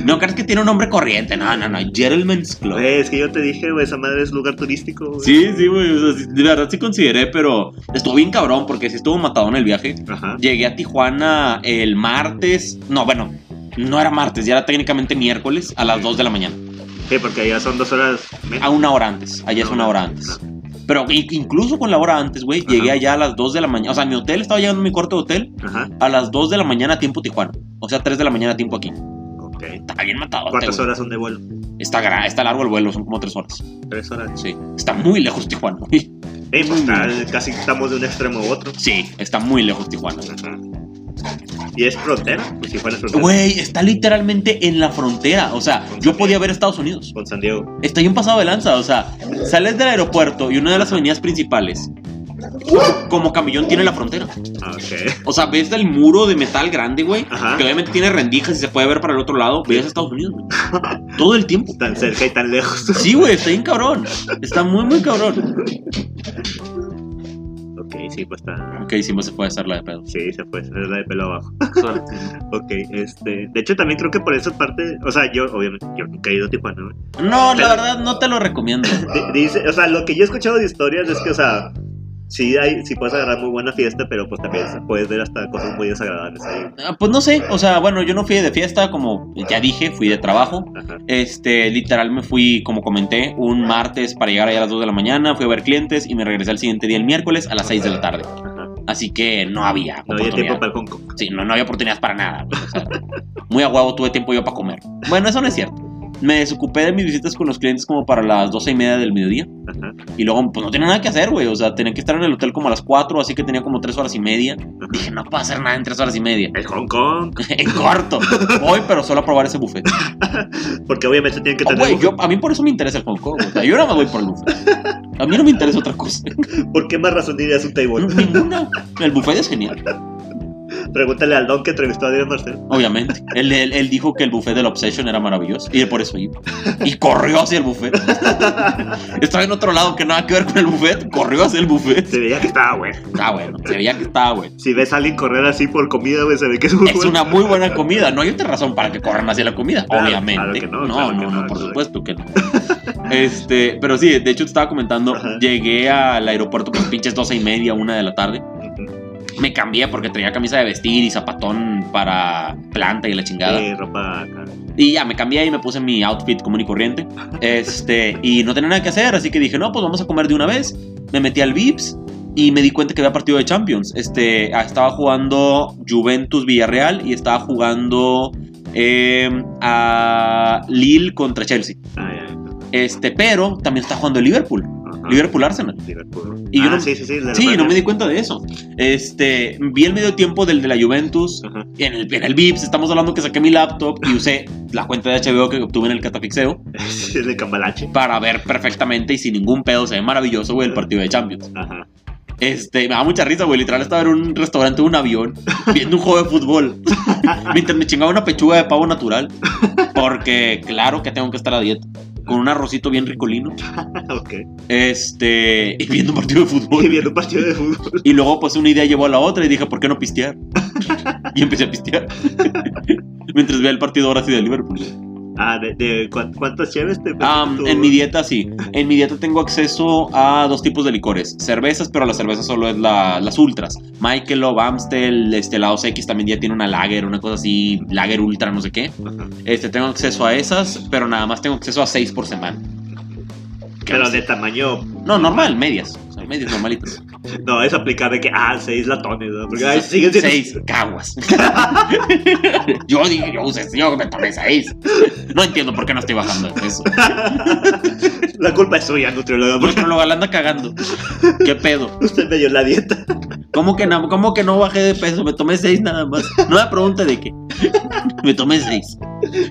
Speaker 2: No crees que tiene un nombre corriente. No, no, no. Gentleman's Club.
Speaker 1: güey, es que yo te dije, güey, esa madre es lugar turístico, güey.
Speaker 2: Sí, sí, güey. o sea, sí, de verdad sí consideré, pero estuvo bien cabrón porque sí estuvo matado en el viaje.
Speaker 1: Ajá.
Speaker 2: Llegué a Tijuana el martes. No, bueno, no era martes, ya era técnicamente miércoles a las 2 de la mañana.
Speaker 1: Sí, porque allá son dos horas
Speaker 2: A
Speaker 1: menos.
Speaker 2: una hora antes. Allá Ah, es una hora antes. Pero in- incluso con la hora antes, güey, llegué
Speaker 1: Ajá.
Speaker 2: allá a las 2 de la mañana. O sea, mi hotel estaba llegando a mi corte de hotel
Speaker 1: Ajá.
Speaker 2: a las 2 de la mañana, tiempo Tijuana. O sea, 3 de la mañana, tiempo aquí.
Speaker 1: Ok.
Speaker 2: Está bien matado.
Speaker 1: ¿Cuántas horas son de vuelo?
Speaker 2: Está, gra- está largo el vuelo, son como 3 horas.
Speaker 1: Tres horas.
Speaker 2: Sí. Está muy lejos Tijuana, güey.
Speaker 1: Eh, pues está- casi estamos de un extremo a otro.
Speaker 2: Sí, está muy lejos Tijuana.
Speaker 1: Ajá. Y es frontera, pues si fuera frontera.
Speaker 2: Güey, está literalmente en la frontera. O sea, yo podía ver Estados Unidos.
Speaker 1: Con San Diego.
Speaker 2: Está bien pasado de lanza. O sea, sales del aeropuerto y una de las avenidas principales como Camellón tiene la frontera.
Speaker 1: Ah, ok. [laughs]
Speaker 2: O sea, ves del muro de metal grande, güey,
Speaker 1: Ajá.
Speaker 2: que obviamente tiene rendijas y se puede ver para el otro lado, veías a Estados Unidos, güey. Todo el tiempo.
Speaker 1: Tan cerca y tan lejos.
Speaker 2: Sí, güey, está bien cabrón. Está muy, muy cabrón.
Speaker 1: Ok, sí, pues está.
Speaker 2: Ok, sí, no se puede hacer la de pedo.
Speaker 1: Sí, se puede hacer la de pelo abajo.
Speaker 2: Suerte.
Speaker 1: Ok, este. De hecho, también creo que por esa parte. O sea, yo, obviamente, yo nunca he ido a Tijuana, güey.
Speaker 2: No, la verdad, no te lo recomiendo.
Speaker 1: Di- Dice, o sea, lo que yo he escuchado de historias es que, o sea, sí, hay, sí puedes agarrar muy buena fiesta, pero pues también se puedes ver hasta cosas muy desagradables ahí.
Speaker 2: Ah, Pues no sé, o sea, bueno, yo no fui de fiesta, como ya dije, fui de trabajo.
Speaker 1: Ajá.
Speaker 2: Este, literal me fui, como comenté, un martes para llegar allá a las 2 de la mañana, fui a ver clientes y me regresé al siguiente día el miércoles a las 6 de la tarde.
Speaker 1: Ajá.
Speaker 2: Así que no había
Speaker 1: No había tiempo
Speaker 2: oportunidad.
Speaker 1: para el Hong Kong.
Speaker 2: Sí, no, no había oportunidad para nada. güey, o sea, muy a huevo tuve tiempo yo para comer. Bueno, eso no es cierto. Me desocupé de mis visitas con los clientes como para las 12 y media del mediodía.
Speaker 1: Ajá.
Speaker 2: Y luego, pues no tenía nada que hacer, güey. O sea, tenía que estar en el hotel como a las 4, así que tenía como 3 horas y media. Dije, no puedo hacer nada en 3 horas y media. [laughs]
Speaker 1: El Hong Kong.
Speaker 2: En corto. Voy, pero solo a probar ese buffet.
Speaker 1: Porque obviamente tienen que
Speaker 2: Oh,
Speaker 1: tener.
Speaker 2: güey, yo- a mí por eso me interesa el Hong Kong. güey. O sea, yo nada más voy por el buffet. A mí no me interesa
Speaker 1: [laughs]
Speaker 2: otra cosa.
Speaker 1: ¿Por qué más razón dirías un table?
Speaker 2: Ninguna. El buffet es genial,
Speaker 1: Pregúntale al don que entrevistó a Diego Marcel.
Speaker 2: obviamente. Él, él- él dijo que el buffet del Obsession era maravilloso y él por eso iba. Y corrió hacia el buffet. Estaba en otro lado que nada que ver con el buffet. Corrió hacia el buffet.
Speaker 1: Se veía que estaba bueno.
Speaker 2: Está bueno. Se veía que estaba bueno.
Speaker 1: Si ves a alguien correr así por comida, güey, se ve que es [laughs] muy
Speaker 2: Es
Speaker 1: bueno.
Speaker 2: una muy buena comida. No hay otra razón para que corran hacia la comida,
Speaker 1: Claro,
Speaker 2: obviamente.
Speaker 1: claro que no,
Speaker 2: no,
Speaker 1: claro
Speaker 2: no,
Speaker 1: que
Speaker 2: no,
Speaker 1: no,
Speaker 2: por
Speaker 1: claro.
Speaker 2: supuesto que no. [laughs] Este, pero sí, de hecho te estaba comentando,
Speaker 1: Ajá.
Speaker 2: llegué al aeropuerto con pinches doce y media, una de la tarde.
Speaker 1: Ujú.
Speaker 2: Me cambié porque tenía camisa de vestir y zapatón para planta y la chingada.
Speaker 1: Sí, ropa acá.
Speaker 2: Y ya me cambié y me puse mi outfit común y corriente.
Speaker 1: [laughs]
Speaker 2: Este, y no tenía nada que hacer, así que dije, no, pues vamos a comer de una vez. Me metí al Vips y me di cuenta que había partido de Champions. Este, ah, estaba jugando Juventus Villarreal y estaba jugando eh, a Lille contra Chelsea.
Speaker 1: Ay, ay,
Speaker 2: Este, pero también estaba jugando Liverpool,
Speaker 1: ajá.
Speaker 2: Liverpool Arsenal.
Speaker 1: Liverpool.
Speaker 2: Y yo
Speaker 1: Ah,
Speaker 2: no-
Speaker 1: sí, sí, sí. Ah. de la
Speaker 2: Sí, no
Speaker 1: Premier.
Speaker 2: me di cuenta de eso. Este, vi el medio tiempo del de la Juventus
Speaker 1: Ajá.
Speaker 2: en el, en el Vips. Estamos hablando que saqué mi laptop y usé la cuenta de HBO que obtuve en el catafixeo.
Speaker 1: [laughs] Es de Cambalache.
Speaker 2: para ver perfectamente y sin ningún pedo. Se ve maravilloso, güey, el partido de Champions.
Speaker 1: Ajá. [laughs]
Speaker 2: Este, me da mucha risa, güey. Literal estaba en un restaurante, un
Speaker 1: [laughs]
Speaker 2: avión, viendo un juego de fútbol. Mientras me chingaba una pechuga de pavo natural. Porque, claro que tengo que estar a dieta. Con un arrocito bien ricolino.
Speaker 1: Ok.
Speaker 2: Este, y viendo un partido de
Speaker 1: Y
Speaker 2: fútbol.
Speaker 1: viendo un partido de fútbol.
Speaker 2: Y luego, pues, una idea llevó a la otra y dije, ¿por qué no pistear?
Speaker 1: [laughs]
Speaker 2: Y empecé a pistear. [laughs] Mientras veía el partido ahora sí de Liverpool.
Speaker 1: Ah, de, de ¿cuán- ¿cuántas cheves
Speaker 2: [laughs]
Speaker 1: te
Speaker 2: Am,
Speaker 1: tu-
Speaker 2: Ah, Um, en mi dieta sí. En mi dieta tengo acceso a dos tipos de licores. Cervezas, pero la cerveza solo es la- las ultras. Michelob, Amstel, este, la X también ya tiene una lager, una cosa así, lager ultra, no sé qué.
Speaker 1: Ajá.
Speaker 2: Este, tengo acceso a esas, pero nada más tengo acceso a seis por semana. ¿Qué
Speaker 1: Pero
Speaker 2: más?
Speaker 1: de tamaño.
Speaker 2: No, normal, medias. O sea, medias normalitas.
Speaker 1: No, es aplicar de que, ah, seis latones, ¿no? Porque ay, siguen siendo.
Speaker 2: Seis caguas. [laughs] yo dije, yo usé, yo me tomé seis. No entiendo por qué no estoy bajando de peso.
Speaker 1: [laughs] La culpa es suya, nutrióloga, [laughs] porque
Speaker 2: Nuestro lugar la anda cagando. ¿Qué pedo?
Speaker 1: usted me dio la dieta. [laughs]
Speaker 2: ¿Cómo que, no, ¿Cómo que no bajé de peso? Me tomé seis nada más. No me pregunte de qué. Me tomé seis.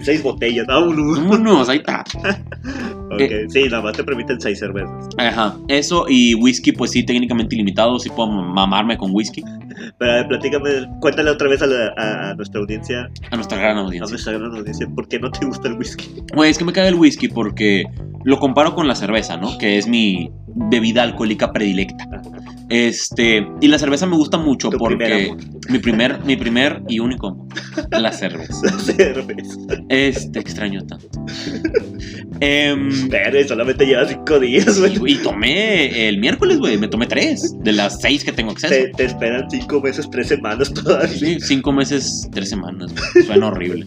Speaker 1: Seis botellas, ah, uno.
Speaker 2: Vámonos, ahí está.
Speaker 1: Ok,
Speaker 2: Eh,
Speaker 1: sí, nada más te permiten seis cervezas.
Speaker 2: Ajá. Eso y whisky, pues sí, técnicamente ilimitado. Sí puedo mamarme con whisky
Speaker 1: Pero a ver, platícame, cuéntale otra vez a, la- a- a nuestra audiencia,
Speaker 2: a nuestra gran
Speaker 1: a
Speaker 2: audiencia.
Speaker 1: nuestra gran audiencia, ¿por qué no te gusta el whisky? [laughs]
Speaker 2: Güey, es que me cae el whisky porque lo comparo con la cerveza, ¿no? Que es mi bebida alcohólica predilecta. Este, y la cerveza me gusta mucho
Speaker 1: Tu
Speaker 2: porque
Speaker 1: primer amor.
Speaker 2: mi primer mi primer y único amor, la cerveza.
Speaker 1: cerveza.
Speaker 2: Este extraño tanto. Em,
Speaker 1: Pero solamente lleva cinco días, güey.
Speaker 2: Sí, güey, Y tomé el miércoles, güey. Me tomé tres de las seis que tengo acceso.
Speaker 1: Te, te esperan cinco meses, tres semanas todavía.
Speaker 2: Sí, cinco meses, tres semanas. güey.
Speaker 1: [laughs]
Speaker 2: Suena horrible.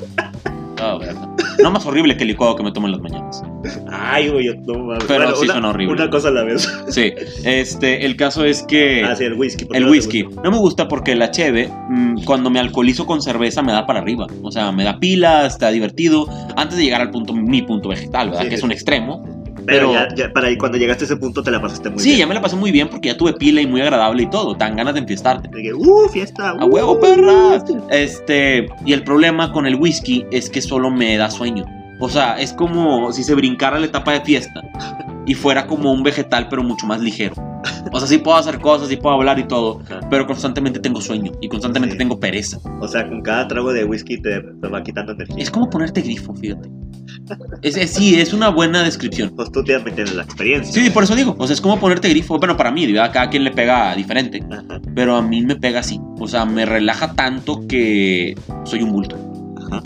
Speaker 2: Ah, verga. No más horrible que el licuado que me tomo en las mañanas.
Speaker 1: Ay, güey, yo no mames.
Speaker 2: Pero sí
Speaker 1: una,
Speaker 2: suena horrible.
Speaker 1: Una cosa a la vez.
Speaker 2: Sí, este, el caso es que
Speaker 1: Ah, sí, el whisky. ¿por qué
Speaker 2: el
Speaker 1: no te
Speaker 2: whisky no me gusta porque la cheve, mm, cuando me alcoholizo con cerveza, me da para arriba. O sea, me da pila, está divertido. Antes de llegar al punto, mi punto vegetal, ¿verdad?
Speaker 1: Sí,
Speaker 2: que
Speaker 1: sí,
Speaker 2: es un
Speaker 1: sí.
Speaker 2: extremo.
Speaker 1: gusta? Pero
Speaker 2: pero-
Speaker 1: ya, ya para ahí, cuando llegaste a ese punto te la pasaste muy
Speaker 2: sí, ya
Speaker 1: bien.
Speaker 2: me la pasé muy bien porque ya tuve pila y muy agradable y todo. Tan ganas de enfiestarte.
Speaker 1: Sí, ya. Uh, fiesta.
Speaker 2: ¡A
Speaker 1: uh.
Speaker 2: huevo, perras! Este, y el problema con el whisky es que solo me da sueño. O sea, es como si se brincara la etapa de fiesta y fuera como un vegetal, pero mucho más ligero. O sea, sí puedo hacer cosas, sí puedo hablar y todo,
Speaker 1: Ajá.
Speaker 2: pero constantemente tengo sueño y constantemente
Speaker 1: Sí.
Speaker 2: tengo pereza.
Speaker 1: O sea, con cada trago de whisky te, te va quitando energía.
Speaker 2: Es como ponerte grifo,
Speaker 1: [laughs]
Speaker 2: fíjate. Es, es- sí, es una buena descripción.
Speaker 1: Pues tú te metes en la experiencia.
Speaker 2: Sí, por eso digo, o sea, es como ponerte grifo. Bueno, para mí, ¿verdad? cada quien le pega diferente,
Speaker 1: Ajá,
Speaker 2: pero a mí me pega así. O sea, me relaja tanto que soy un bulto.
Speaker 1: ajá.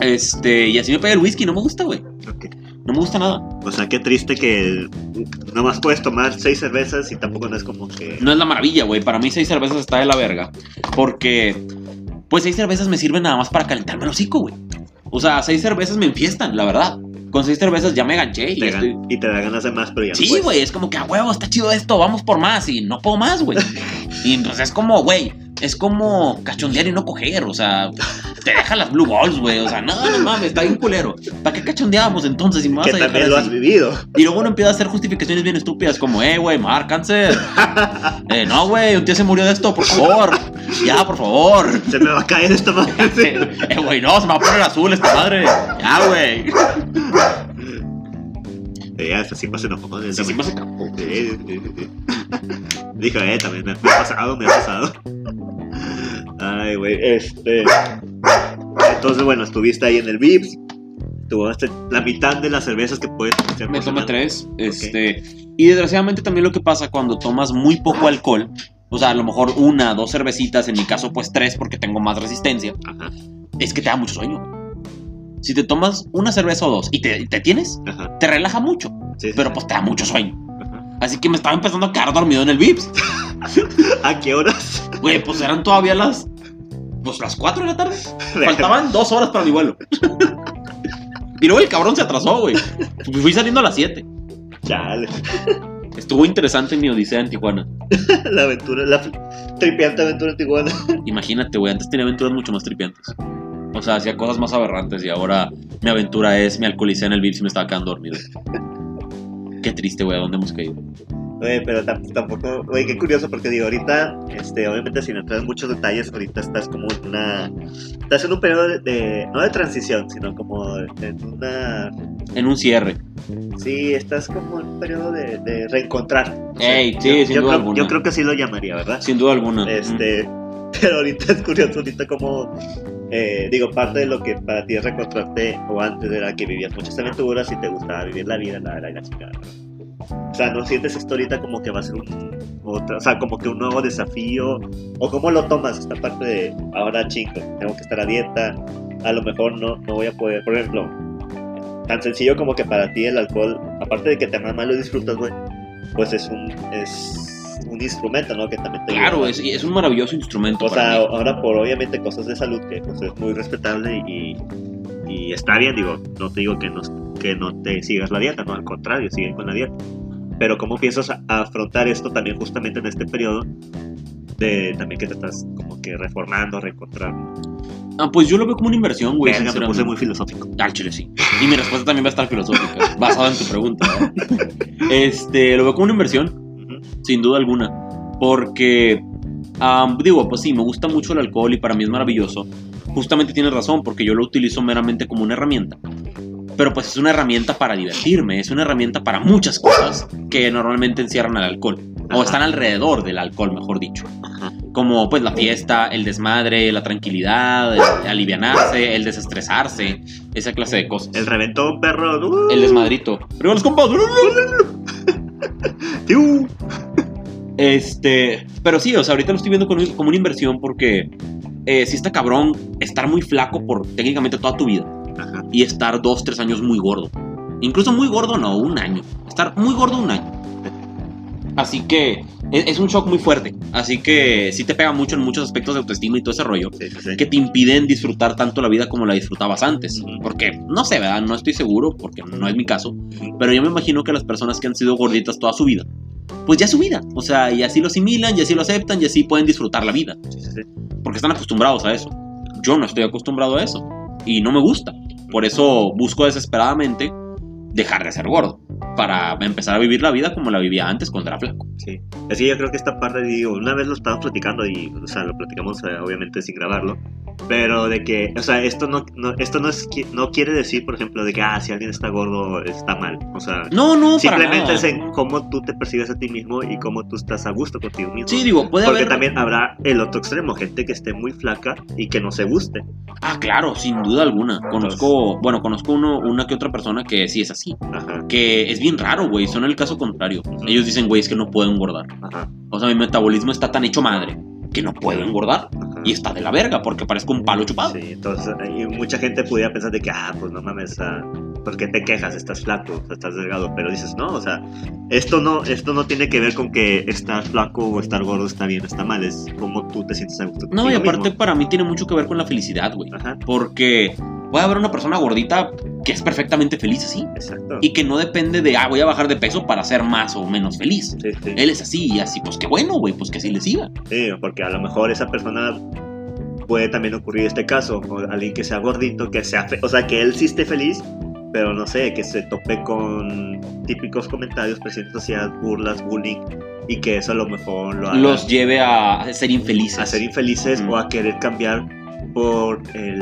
Speaker 2: Este, y así me pega el whisky, no me gusta, güey.
Speaker 1: Ok.
Speaker 2: No me gusta nada.
Speaker 1: O sea, qué triste que nomás puedes tomar seis cervezas y tampoco no es como que...
Speaker 2: No es la maravilla, güey. Para mí seis cervezas está de la verga. Porque, pues seis cervezas me sirven nada más para calentarme el hocico, güey. O sea, seis cervezas me enfiestan, la verdad. Con seis cervezas ya me ganché y
Speaker 1: te
Speaker 2: estoy-
Speaker 1: gan- y te da ganas de más, pero pues ya no
Speaker 2: Sí,
Speaker 1: puedes.
Speaker 2: güey, es como que a huevo, está chido esto, vamos por más y no puedo más,
Speaker 1: [laughs]
Speaker 2: güey. Y entonces es como, güey, es como cachondear y no coger, o sea, te dejan las blue balls, güey, o sea, no, no mames, está bien culero. ¿Para qué cachondeamos entonces si me vas
Speaker 1: Que
Speaker 2: a dejar
Speaker 1: también lo
Speaker 2: así?
Speaker 1: has vivido.
Speaker 2: Y luego uno empieza a hacer justificaciones bien estúpidas como, eh, güey, mar,
Speaker 1: [laughs]
Speaker 2: cáncer. Eh, no, güey, un tío se murió de esto, por favor. Ya, por favor.
Speaker 1: Se me va a caer esta
Speaker 2: [laughs]
Speaker 1: madre.
Speaker 2: Eh, eh, güey, no, se me va a poner azul esta madre. Ya, güey.
Speaker 1: Eh, ya, esa Simba se enojó.
Speaker 2: Sí, sí, me hace capo.
Speaker 1: Sí, sí, sí, sí. Dijo, eh, también me, me ha pasado, me ha pasado. Ay, güey, este. Entonces, bueno, estuviste ahí en el Vips. Tomaste la mitad de las cervezas que puedes hacer
Speaker 2: Me
Speaker 1: por
Speaker 2: tomé
Speaker 1: semana.
Speaker 2: tres. Este, y desgraciadamente también lo que pasa cuando tomas muy poco alcohol, o sea, a lo mejor una, dos cervecitas, en mi caso pues tres porque tengo más resistencia,
Speaker 1: Ajá,
Speaker 2: es que te da mucho sueño. Si te tomas una cerveza o dos y te, te tienes,
Speaker 1: ajá.
Speaker 2: te relaja mucho,
Speaker 1: Sí, sí,
Speaker 2: pero
Speaker 1: sí.
Speaker 2: pues te da mucho sueño.
Speaker 1: Ajá.
Speaker 2: Así que me estaba empezando a quedar dormido en el Vips.
Speaker 1: [laughs] ¿A qué horas?
Speaker 2: Güey, pues eran todavía las. Pues las 4 de la tarde. Faltaban dos horas para mi vuelo. Y luego el cabrón se atrasó, güey. Fui saliendo a las 7.
Speaker 1: Chale.
Speaker 2: Estuvo interesante mi odisea en Tijuana.
Speaker 1: La aventura, la tripiante aventura en Tijuana.
Speaker 2: Imagínate, güey, antes tenía aventuras mucho más tripiantes. O sea, hacía cosas más aberrantes y ahora mi aventura es me alcoholicé en el Vips y me estaba quedando dormido. Qué triste, güey, ¿a dónde hemos caído?
Speaker 1: Güey, pero tam- tampoco, güey, qué curioso porque digo, ahorita, este, obviamente sin entrar en muchos detalles, ahorita estás como en una, estás en un periodo de, de- no de transición, sino como en una,
Speaker 2: En un cierre.
Speaker 1: sí, estás como en un periodo de, de reencontrar.
Speaker 2: Ey, sí,
Speaker 1: yo,
Speaker 2: sin
Speaker 1: yo
Speaker 2: duda
Speaker 1: creo,
Speaker 2: alguna.
Speaker 1: yo creo que sí lo llamaría, ¿verdad?
Speaker 2: Sin duda alguna.
Speaker 1: Este, [laughs] pero ahorita es curioso, ahorita como, eh, digo, parte de lo que para ti es reencontrarte o antes era que vivías muchas aventuras y te gustaba vivir la vida, la la, la chingada. O sea, ¿no sientes esto ahorita como que va a ser un, otra, o sea, como que un nuevo desafío? ¿O cómo lo tomas esta parte de ahora, chingo, tengo que estar a dieta, a lo mejor no, no voy a poder, por ejemplo, tan sencillo como que para ti el alcohol, aparte de que te más lo disfrutas, güey, pues es un, es un instrumento, ¿no? Que también te ayuda.
Speaker 2: Mm, Claro, es, es un maravilloso instrumento.
Speaker 1: O
Speaker 2: para
Speaker 1: sea,
Speaker 2: mí.
Speaker 1: ahora por obviamente cosas de salud que pues, es muy respetable y, y está bien, digo, no te digo que no, que no te sigas la dieta, no, al contrario, sigue con la dieta. Pero ¿cómo piensas a- afrontar esto también justamente en este periodo de también que te estás como que reformando, reencontrando?
Speaker 2: Ah, pues yo lo veo como una inversión, güey.
Speaker 1: Verga, me
Speaker 2: sinceramente.
Speaker 1: puse muy filosófico.
Speaker 2: Al chile sí. Y mi respuesta también va a estar filosófica, basada en tu pregunta.
Speaker 1: [laughs]
Speaker 2: ¿verdad? Este, lo veo como una inversión,
Speaker 1: Ujú.
Speaker 2: sin duda alguna. Porque, am, digo, pues sí, me gusta mucho el alcohol y para mí es maravilloso. Justamente tienes razón, porque yo lo utilizo meramente como una herramienta. Pero pues es una herramienta para divertirme, es una herramienta para muchas cosas que normalmente encierran al alcohol. O
Speaker 1: Ajá.
Speaker 2: están alrededor del alcohol, mejor dicho. Como pues la fiesta, el desmadre, la tranquilidad, el alivianarse, el desestresarse, esa clase de cosas.
Speaker 1: El reventón, perro. ¡uh!
Speaker 2: El desmadrito. ¡Arriba los compas!
Speaker 1: ¡Tiu!
Speaker 2: Este, pero sí, o sea, ahorita lo estoy viendo con- como una inversión porque eh, sí está cabrón estar muy flaco por técnicamente toda tu vida
Speaker 1: Ajá.
Speaker 2: y estar dos, tres años muy gordo. Incluso muy gordo no, un año. Estar muy gordo un año. Así que es, es un shock muy fuerte. Así que sí te pega mucho en muchos aspectos de autoestima y todo ese rollo
Speaker 1: Sí, sí, sí.
Speaker 2: que te impiden disfrutar tanto la vida como la disfrutabas antes.
Speaker 1: Ujú.
Speaker 2: Porque, no sé, ¿verdad? No estoy seguro, porque no es mi caso. Pero yo me imagino que las personas que han sido gorditas toda su vida, pues ya es su vida. O sea, y así lo asimilan, y así lo aceptan, y así pueden disfrutar la vida.
Speaker 1: Sí, sí, sí.
Speaker 2: Porque están acostumbrados a eso. Yo no estoy acostumbrado a eso. Y no me gusta. Por eso busco desesperadamente dejar de ser gordo. Para empezar a vivir la vida como la vivía antes cuando era flaco.
Speaker 1: Sí. Así yo creo que esta parte, digo, una vez lo estábamos platicando y, o sea, lo platicamos eh, obviamente sin grabarlo, Pero de que, o sea, esto no, no- esto no, es, qui- no quiere decir, por ejemplo, de que, ah, si alguien está gordo, está mal. O sea,
Speaker 2: No, no, para
Speaker 1: simplemente
Speaker 2: nada.
Speaker 1: es en cómo tú te percibes a ti mismo y cómo tú estás a gusto contigo mismo.
Speaker 2: Sí, digo, puede
Speaker 1: Porque
Speaker 2: haber.
Speaker 1: también habrá el otro extremo, gente que esté muy flaca y que no se guste.
Speaker 2: Ah, claro, sin duda alguna. Conozco, bueno, conozco uno, una que otra persona que sí es así.
Speaker 1: Ajá,
Speaker 2: Que es bien raro, güey. Son el caso contrario. Ellos dicen, güey, es que no puedo engordar.
Speaker 1: ajá,
Speaker 2: O sea, mi metabolismo está tan hecho madre que no puedo engordar.
Speaker 1: ajá.
Speaker 2: Y está de la verga porque parezco un palo chupado.
Speaker 1: Sí, entonces y mucha gente pudiera pensar de que, ah, pues no mames, ah, ¿por qué te quejas? Estás flaco, o sea, estás delgado, pero dices, no, o sea, esto no, esto no tiene que ver con que estar flaco o estar gordo está bien, está mal, es como tú te sientes a gusto.
Speaker 2: No, y
Speaker 1: contigo
Speaker 2: aparte
Speaker 1: mismo.
Speaker 2: para mí tiene mucho que ver con la felicidad, güey.
Speaker 1: Ajá,
Speaker 2: Porque puede haber una persona gordita que es perfectamente feliz así.
Speaker 1: exacto.
Speaker 2: Y que no depende de, ah, voy a bajar de peso para ser más o menos feliz.
Speaker 1: Sí, sí,
Speaker 2: Él es así y así, pues qué bueno, güey, pues que así le siga.
Speaker 1: sí, porque a lo mejor esa persona puede también ocurrir este caso, o alguien que sea gordito, que sea, fe- o sea, que él sí esté feliz, pero no sé, que se tope con típicos comentarios, presión de sociedad, burlas, bullying, y que eso a lo mejor lo haga.
Speaker 2: Los lleve a a ser infelices.
Speaker 1: a ser infelices
Speaker 2: Mm.
Speaker 1: o a querer cambiar por el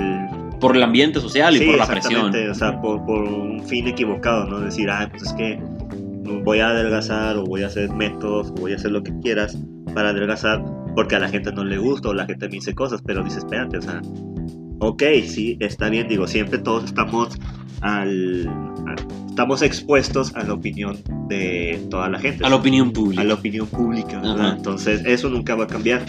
Speaker 2: Por el ambiente social y
Speaker 1: Sí,
Speaker 2: por la presión.
Speaker 1: exactamente, o sea por, por un fin equivocado no decir ah pues es que voy a adelgazar o voy a hacer métodos o voy a hacer lo que quieras para adelgazar porque a la gente no le gusta o la gente me dice cosas pero dice espérate o sea ok sí está bien digo siempre todos estamos al a- estamos expuestos a la opinión de toda la gente
Speaker 2: A la opinión
Speaker 1: a
Speaker 2: pública.
Speaker 1: la opinión pública, ¿verdad?
Speaker 2: Ajá.
Speaker 1: Entonces, eso nunca va a cambiar.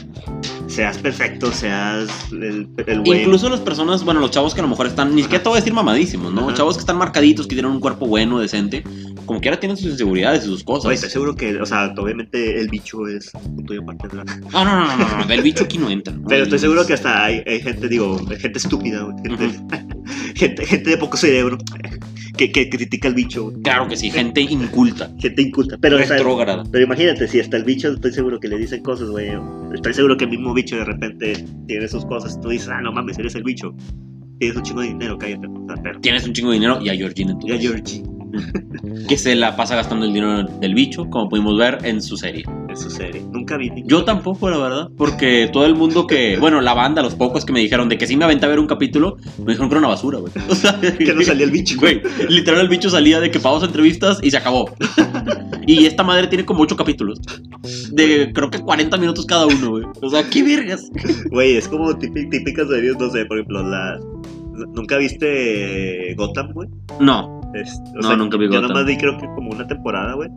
Speaker 1: Seas perfecto, seas el, el güey.
Speaker 2: Incluso las personas, bueno, los chavos que a lo mejor están, ni siquiera te voy a decir mamadísimos, ¿no?
Speaker 1: Ajá.
Speaker 2: Chavos que están marcaditos, que tienen un cuerpo bueno, decente, como que ahora tienen sus inseguridades y sus
Speaker 1: Oye,
Speaker 2: cosas.
Speaker 1: estoy seguro que, o sea, obviamente el bicho es un punto y aparte, ¿verdad?
Speaker 2: Ah, no, no, no, no, no, del bicho aquí no entra. ¿no?
Speaker 1: Pero estoy seguro que hasta hay, hay gente, digo, hay gente estúpida, güey, gente, [laughs] gente, gente de poco cerebro que, que critica al bicho, güey,
Speaker 2: Claro que sí, gente inculta,
Speaker 1: gente inculta. Pero, o sea,
Speaker 2: retrógrada.
Speaker 1: pero imagínate, si hasta el bicho, estoy seguro que le dicen cosas, güey. Estoy seguro que el mismo bicho de repente tiene sus cosas y tú dices, ah, no mames, eres el bicho. Tienes un chingo de dinero, cállate, o sea, pero.
Speaker 2: Tienes un chingo de dinero y a Georgina en tu
Speaker 1: Ya,
Speaker 2: casa,
Speaker 1: Georgie.
Speaker 2: que se la pasa gastando el dinero del bicho, como pudimos ver en su serie.
Speaker 1: en su serie. Nunca vi. ningún-
Speaker 2: Yo tampoco, la verdad, porque todo el mundo que, bueno, la banda, los pocos que me dijeron de que sí me aventé a ver un capítulo, me dijeron que era una basura, güey. [laughs] O sea,
Speaker 1: Que no salía el bicho,
Speaker 2: [laughs] Güey,
Speaker 1: güey.
Speaker 2: literal el bicho salía de que pagamos entrevistas y se acabó. Y esta madre tiene como ocho capítulos. De creo que 40 minutos cada uno, güey. O sea, qué vergas.
Speaker 1: Güey, es como típi- típicas series, no sé, por ejemplo, las. ¿Nunca viste eh, Gotham, güey?
Speaker 2: No,
Speaker 1: Es- o
Speaker 2: No, nunca vi
Speaker 1: Yo
Speaker 2: Gotham.
Speaker 1: nomás vi, creo que como una temporada, güey.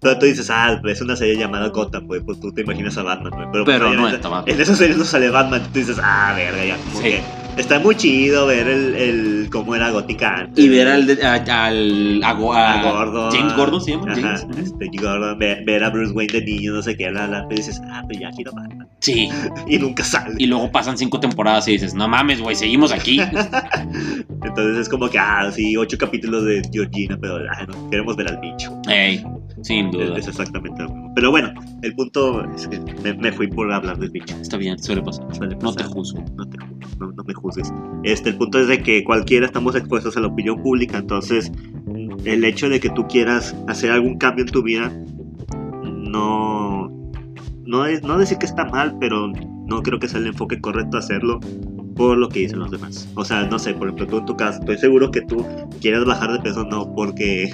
Speaker 1: Pero tú dices, ah, es una serie llamada Gotham, güey. Pues tú te imaginas a Batman, güey. Pero,
Speaker 2: Pero
Speaker 1: pues,
Speaker 2: no
Speaker 1: en,
Speaker 2: está Batman.
Speaker 1: En esa serie no sale Batman. Tú dices, ah, verga, ya. como
Speaker 2: Sí.
Speaker 1: que Está muy chido ver el, el cómo era gótica antes.
Speaker 2: y ver al. de- a- al a Go- a-
Speaker 1: A Gordon.
Speaker 2: James Gordon se llama.
Speaker 1: Ajá,
Speaker 2: James. Ujú.
Speaker 1: este, Gordon, ver, ver a Bruce Wayne de niño, no sé qué, la, la, y dices, ah, pues ya quiero Batman.
Speaker 2: Sí.
Speaker 1: Y nunca sale.
Speaker 2: Y luego pasan cinco temporadas y dices, no mames, güey, seguimos aquí.
Speaker 1: Entonces es como que, ah, sí, ocho capítulos de Georgina, pero ah, no, queremos ver al bicho.
Speaker 2: Ey, sin
Speaker 1: Es,
Speaker 2: duda.
Speaker 1: es exactamente lo mismo. Pero bueno, el punto es que me, me fui por hablar del bicho.
Speaker 2: Está bien, suele pasar.
Speaker 1: Suele
Speaker 2: No te
Speaker 1: pasar.
Speaker 2: juzgo.
Speaker 1: no, te ju- no- no me juzgues. Este, el punto es de que cualquiera estamos expuestos a la opinión pública, entonces el hecho de que tú quieras hacer algún cambio en tu vida, no, no, es, no decir que está mal, pero no creo que sea el enfoque correcto hacerlo por lo que dicen los demás. O sea, no sé, por ejemplo, tú en tu caso, estoy seguro que tú quieres bajar de peso, no porque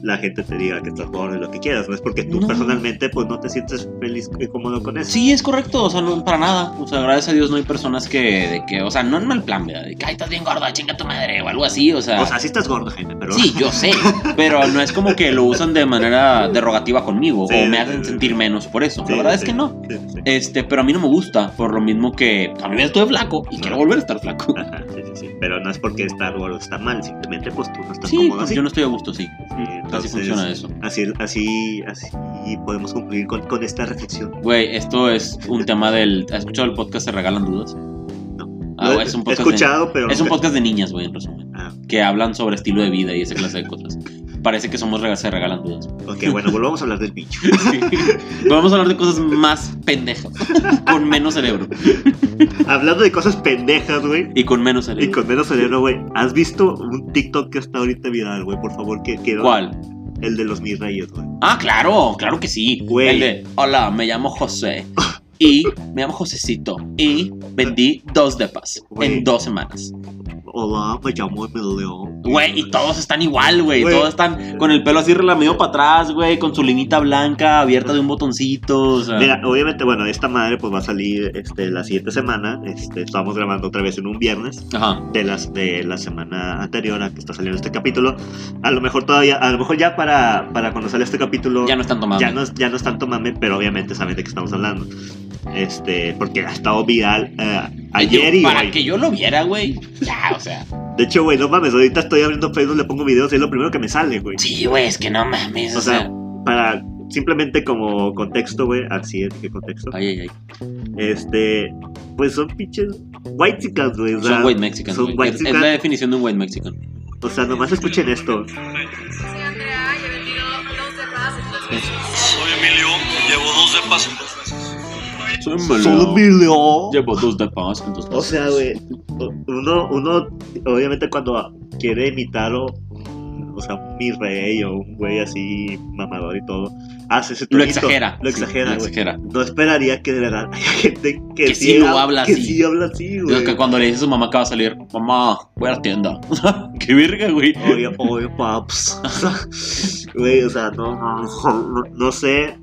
Speaker 1: la gente te diga que estás gordo y lo que quieras, no es porque tú
Speaker 2: No.
Speaker 1: personalmente pues no te sientes feliz y cómodo con eso.
Speaker 2: Sí, es correcto, o sea, no para nada. O sea, gracias a Dios no hay personas que, de que o sea, no en mal plan, ¿verdad? De que, ay, estás bien gordo, chinga tu madre, o algo así, o sea.
Speaker 1: O sea, sí estás gordo, gente, pero...
Speaker 2: sí, yo sé, pero no es como que lo usan de manera derrogativa conmigo
Speaker 1: Sí,
Speaker 2: o me
Speaker 1: sí,
Speaker 2: hacen
Speaker 1: sí.
Speaker 2: sentir menos por eso.
Speaker 1: Sí,
Speaker 2: La verdad es
Speaker 1: sí,
Speaker 2: que no.
Speaker 1: sí, sí.
Speaker 2: Este, pero a mí no me gusta, por lo mismo que a mí me estoy flaco y quiero volver a estar flaco.
Speaker 1: Ajá, sí, sí, sí. Pero no es porque estar gordo está mal, simplemente pues tú no estás
Speaker 2: Sí,
Speaker 1: cómodo
Speaker 2: pues
Speaker 1: así.
Speaker 2: yo no estoy a gusto, sí.
Speaker 1: Ah, Sí,
Speaker 2: Así
Speaker 1: entonces,
Speaker 2: funciona eso.
Speaker 1: Así, así, así podemos concluir con, con esta reflexión.
Speaker 2: Güey, esto es un tema del. ¿Has escuchado el podcast Se Regalan Dudas? No. Ah,
Speaker 1: Lo he-
Speaker 2: es un
Speaker 1: he
Speaker 2: podcast. de-
Speaker 1: escuchado, pero...
Speaker 2: Es un
Speaker 1: nunca-
Speaker 2: podcast de niñas, güey, en resumen.
Speaker 1: Ah.
Speaker 2: Que hablan sobre estilo de vida y esa clase de cosas. Parece que somos regalas, se regalan dudas. [laughs]
Speaker 1: Ok, bueno, volvamos a hablar del bicho. [laughs]
Speaker 2: Sí. Vamos a hablar de cosas más pendejas. [laughs] Con menos cerebro.
Speaker 1: Hablando de cosas pendejas, güey.
Speaker 2: Y con menos cerebro.
Speaker 1: Y con menos cerebro, güey. ¿Has visto un TikTok que está ahorita viral, güey? Por favor, que quiero...
Speaker 2: ¿Cuál?
Speaker 1: El de los mis reyes, güey.
Speaker 2: Ah, claro, claro que sí.
Speaker 1: Güey.
Speaker 2: El de, hola, me llamo José. Y me llamo Josecito. Y vendí dos depas
Speaker 1: Güey.
Speaker 2: en dos semanas.
Speaker 1: Hola, me llamo Emilio.
Speaker 2: Güey, y todos están igual, güey.
Speaker 1: Güey.
Speaker 2: Todos están con el pelo así relamido para atrás, güey. Con su linita blanca abierta de un botoncito. O sea,
Speaker 1: Mira, obviamente, bueno, esta madre pues va a salir este, la siguiente semana. Este, estamos grabando otra vez en un viernes
Speaker 2: Ajá.
Speaker 1: de las de la semana anterior a que está saliendo este capítulo. A lo mejor todavía, a lo mejor ya para, para cuando sale este capítulo
Speaker 2: Ya no están tomando.
Speaker 1: ya no, es- ya no es tanto mame, pero obviamente saben de qué estamos hablando. Este, porque ha estado viral eh, ayer y
Speaker 2: Para
Speaker 1: hoy.
Speaker 2: que yo lo viera, güey. Ya, o sea.
Speaker 1: De hecho, güey, no mames, ahorita estoy abriendo Facebook, le pongo videos y es lo primero que me sale, güey.
Speaker 2: Sí, güey, es que no mames.
Speaker 1: O
Speaker 2: O
Speaker 1: sea,
Speaker 2: sea.
Speaker 1: para simplemente como contexto, güey, así es, ¿qué contexto?
Speaker 2: Ay, ay, ay.
Speaker 1: Este, pues son pinches white güey. O sea,
Speaker 2: Son white mexican,
Speaker 1: son
Speaker 2: güey.
Speaker 1: white
Speaker 2: Es, es
Speaker 1: mexican.
Speaker 2: la definición de un white mexican.
Speaker 1: o sea, nomás escuchen esto.
Speaker 3: Soy Andrea y he vendido dos de paz en dos meses.
Speaker 4: Soy Emilio, llevo dos de paso.
Speaker 1: Son milio.
Speaker 2: Llevo dos de paz, entonces.
Speaker 1: O sea, güey, uno, uno, obviamente cuando quiere imitar o, o sea, un mi rey o un güey así mamador y todo, hace ese
Speaker 2: Lo
Speaker 1: tonito.
Speaker 2: exagera.
Speaker 1: Lo
Speaker 2: Sí,
Speaker 1: exagera,
Speaker 2: lo
Speaker 1: güey.
Speaker 2: exagera.
Speaker 1: No esperaría que de verdad [laughs] haya gente que,
Speaker 2: Que sí lo habla
Speaker 1: que
Speaker 2: así.
Speaker 1: sí habla así,
Speaker 2: Digo
Speaker 1: güey.
Speaker 2: que cuando le dices a su mamá que va a salir, mamá, voy a la tienda. [laughs] Qué verga, güey.
Speaker 1: Oye, oye, paps.
Speaker 2: [laughs]
Speaker 1: Güey, o sea, no, no, no sé.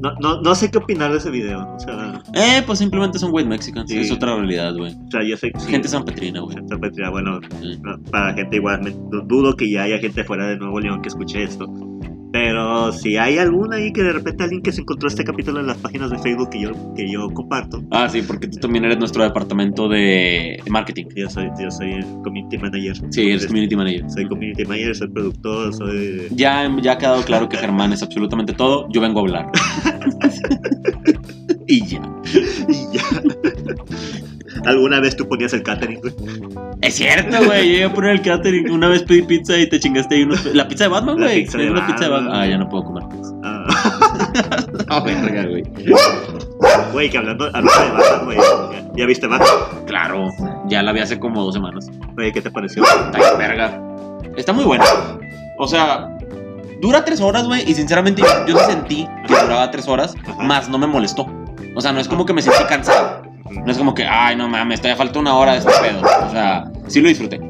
Speaker 1: No, no, no sé qué opinar de ese video. O sea,
Speaker 2: Eh, pues simplemente son white mexicans.
Speaker 1: Sí.
Speaker 2: Es otra realidad, güey.
Speaker 1: o sea yo sé que sí,
Speaker 2: Gente Mm. sanpetrina, güey.
Speaker 1: gente petrea, bueno,
Speaker 2: Sí.
Speaker 1: no, para gente igual, me- no dudo que ya haya gente fuera de Nuevo León que escuche esto. Pero si hay alguna ahí que de repente alguien que se encontró este capítulo en las páginas de Facebook que yo, que yo comparto,
Speaker 2: Ah, sí, porque tú también eres nuestro departamento de marketing.
Speaker 1: yo soy, yo soy el community manager.
Speaker 2: Sí, eres
Speaker 1: Este,
Speaker 2: community manager.
Speaker 1: Soy community manager, soy productor, soy...
Speaker 2: Ya, ya ha quedado claro que Germán es absolutamente todo. Yo vengo
Speaker 1: [laughs]
Speaker 2: a hablar. y ya.
Speaker 1: [laughs] y ya. [laughs] ¿Alguna vez tú ponías el catering, güey?
Speaker 2: Es cierto, güey. Yo iba a poner el catering. Una vez pedí pizza y te chingaste ahí unos. La pizza de Batman,
Speaker 1: La
Speaker 2: güey.
Speaker 1: pizza de
Speaker 2: Era una pizza de
Speaker 1: Batman.
Speaker 2: Batman. Ah, ya no puedo comer pizza.
Speaker 1: Ah.
Speaker 2: Ah, verga, güey.
Speaker 1: Güey, que hablando, hablando de Batman, güey. ¿Ya, ya viste Batman?
Speaker 2: Claro, ya la vi hace como dos semanas.
Speaker 1: Güey, ¿qué te pareció?
Speaker 2: Está bien verga. Está muy buena. O sea, dura tres horas, güey. Y sinceramente yo- yo no sentí que duraba tres horas,
Speaker 1: Ajá.
Speaker 2: más no me molestó. O sea, no es como que me sentí cansado. No es como que, ay, no mames, todavía falta una hora de este pedo. O sea, sí lo disfruté.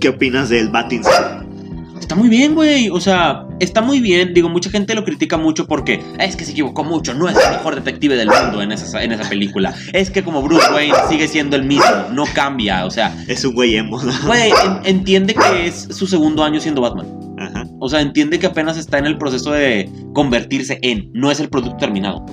Speaker 1: ¿Qué opinas del Batinson?
Speaker 2: Está muy bien, güey. O sea, está muy bien. Digo, mucha gente lo critica mucho porque es que se equivocó mucho. No es el mejor detective del mundo en esa, en esa película. Es que como Bruce Wayne sigue siendo el mismo, no cambia. O sea,
Speaker 1: Es un güey emo, ¿no?
Speaker 2: güey, en- entiende que es su segundo año siendo Batman.
Speaker 1: Ajá.
Speaker 2: O sea, entiende que apenas está en el proceso de convertirse en. No es el producto terminado.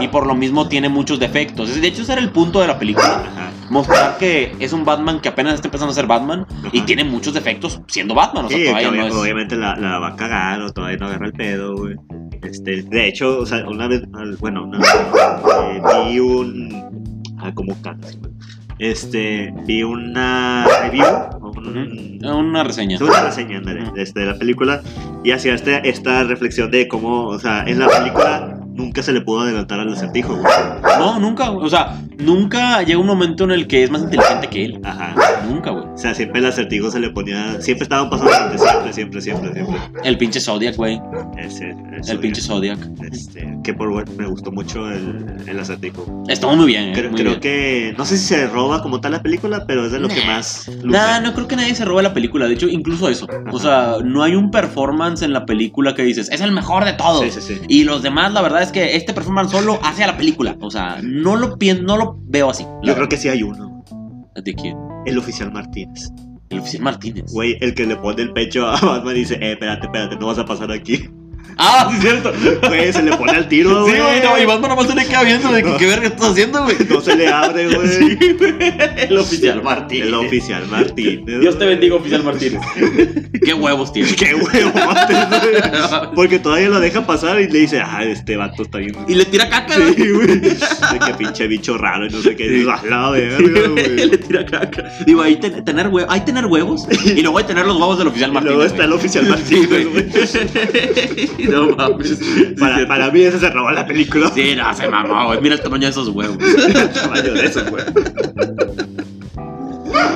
Speaker 2: Y por lo mismo tiene muchos defectos. De hecho, ese era el punto de la película.
Speaker 1: Ajá.
Speaker 2: Mostrar que es un Batman que apenas está empezando a ser Batman y
Speaker 1: Ajá.
Speaker 2: tiene muchos defectos siendo Batman. O sea,
Speaker 1: Sí, que
Speaker 2: todavía no
Speaker 1: obvia-
Speaker 2: es...
Speaker 1: obviamente la, la va a cagar o todavía no agarra el pedo, güey. Este, de hecho, o sea, una vez, al- bueno, una vez, eh, vi un... Ah, como canta, sí, güey. Este, vi una review, un,
Speaker 2: Ujú. Una reseña.
Speaker 1: Es una reseña, ándale,
Speaker 2: Ujú.
Speaker 1: este, de la película y hacía este, esta reflexión de cómo, o sea, en la película nunca se le pudo adelantar al acertijo, güey.
Speaker 2: No, nunca, güey. O sea, nunca llega un momento en el que es más inteligente que él.
Speaker 1: Ajá.
Speaker 2: Nunca, güey.
Speaker 1: O sea, siempre el acertijo se le ponía, siempre estaban pasando frente, siempre, siempre, siempre, siempre.
Speaker 2: El pinche Zodiac, güey.
Speaker 1: Ese, ese,
Speaker 2: El pinche Zodiac.
Speaker 1: Este, que por bueno, me gustó mucho el, el acertijo.
Speaker 2: Estuvo muy bien, eh.
Speaker 1: Creo,
Speaker 2: muy
Speaker 1: creo
Speaker 2: bien.
Speaker 1: que, no sé si se roba como tal la película, pero es de lo que
Speaker 2: Nah.
Speaker 1: más... luce.
Speaker 2: Nah, no creo que nadie se robe la película. De hecho, incluso eso. O sea, no hay un performance en la película que dices, es el mejor de todos.
Speaker 1: Sí, sí, sí.
Speaker 2: Y los demás, la verdad es que este performance solo hace a la película. O sea, no lo, pien- no lo veo así.
Speaker 1: Yo creo que sí hay uno,
Speaker 2: ¿De quién?
Speaker 1: el oficial Martínez.
Speaker 2: El oficial Martínez.
Speaker 1: Güey, el que le pone el pecho a [laughs] Batman y dice, eh, espérate, espérate, no vas a pasar aquí. [laughs]
Speaker 2: Ah, sí, es cierto. Sí,
Speaker 1: Güey, se le pone al tiro, güey.
Speaker 2: güey, no, y Batman nomás se le queda viendo de que qué verga estás haciendo, güey.
Speaker 1: No se le abre, güey.
Speaker 2: [laughs] Sí, güey. El [laughs] oficial Martínez.
Speaker 1: El oficial Martínez.
Speaker 2: Dios te bendiga, oficial [laughs] Martínez. Qué huevos
Speaker 1: [laughs]
Speaker 2: tiene.
Speaker 1: Qué huevo, güey. Porque todavía lo deja pasar y le dice, ah, este vato está bien. [laughs]
Speaker 2: Y le tira caca.
Speaker 1: Sí, güey. De que pinche bicho raro y no sé qué.
Speaker 2: Sí.
Speaker 1: Ah, la verga,
Speaker 2: [laughs]
Speaker 1: güey.
Speaker 2: [laughs] le tira caca. Digo, ahí ten- tener huevos. Hay tener huevos. Y luego hay tener los huevos del oficial
Speaker 1: Y
Speaker 2: Martínez.
Speaker 1: luego está el
Speaker 2: güey.
Speaker 1: [laughs] oficial
Speaker 2: Sí,
Speaker 1: Martínez, güey.
Speaker 2: güey. [laughs] No mames. Sí,
Speaker 1: Para,
Speaker 2: cierto.
Speaker 1: para mí ese se robó la película. [laughs]
Speaker 2: Sí, no, se mamó, güey. Mira el tamaño de esos huevos.
Speaker 1: El tamaño de eso, güey.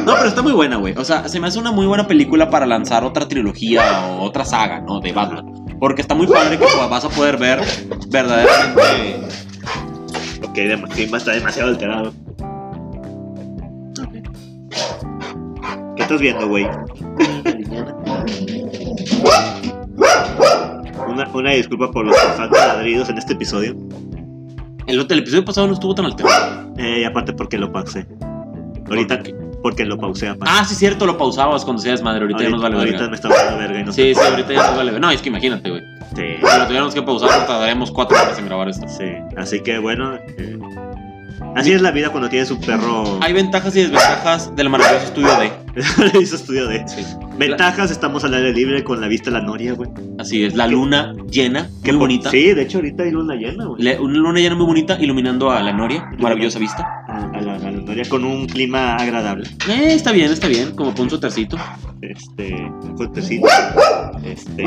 Speaker 2: No, pero está muy buena, güey. O sea, se me hace una muy buena película para lanzar otra trilogía o otra saga, ¿no? De Batman. Porque está muy padre que pues, vas a poder ver verdaderamente
Speaker 1: Ok, dem- Kimba está demasiado alterado. ¿Qué estás viendo, güey? Una, una disculpa por los constantes ladridos en este episodio.
Speaker 2: El, otro- el episodio pasado no estuvo tan alterado.
Speaker 1: Eh, y aparte porque lo pausé. Ahorita, porque lo pausé aparte.
Speaker 2: Ah, sí, cierto, lo pausabas cuando seas madre. Ahorita, ya nos vale
Speaker 1: ahorita
Speaker 2: verga.
Speaker 1: me está dando verga y no
Speaker 2: Sí, sí, ahorita ya nos vale verga. No, es que imagínate, güey.
Speaker 1: sé.
Speaker 2: Si lo tuviéramos que pausar, nos tardaremos cuatro horas en grabar esto.
Speaker 1: Sí, sí. Así que bueno. eh, así es la vida cuando tienes un perro. [laughs]
Speaker 2: Hay ventajas y desventajas del maravilloso estudio de.
Speaker 1: Le hizo estudio de.
Speaker 2: Sí.
Speaker 1: Ventajas, estamos al aire libre con la vista de la noria, güey.
Speaker 2: Así es, la luna llena,
Speaker 1: Qué
Speaker 2: qué bonita.
Speaker 1: Sí, de hecho ahorita hay luna llena, güey.
Speaker 2: Le- una luna llena muy bonita iluminando a la noria, maravillosa vista.
Speaker 1: A, a la, a la noria con un clima agradable.
Speaker 2: Eh, está bien, está bien, como por un sotercito.
Speaker 1: Este, un fuertecito. Este,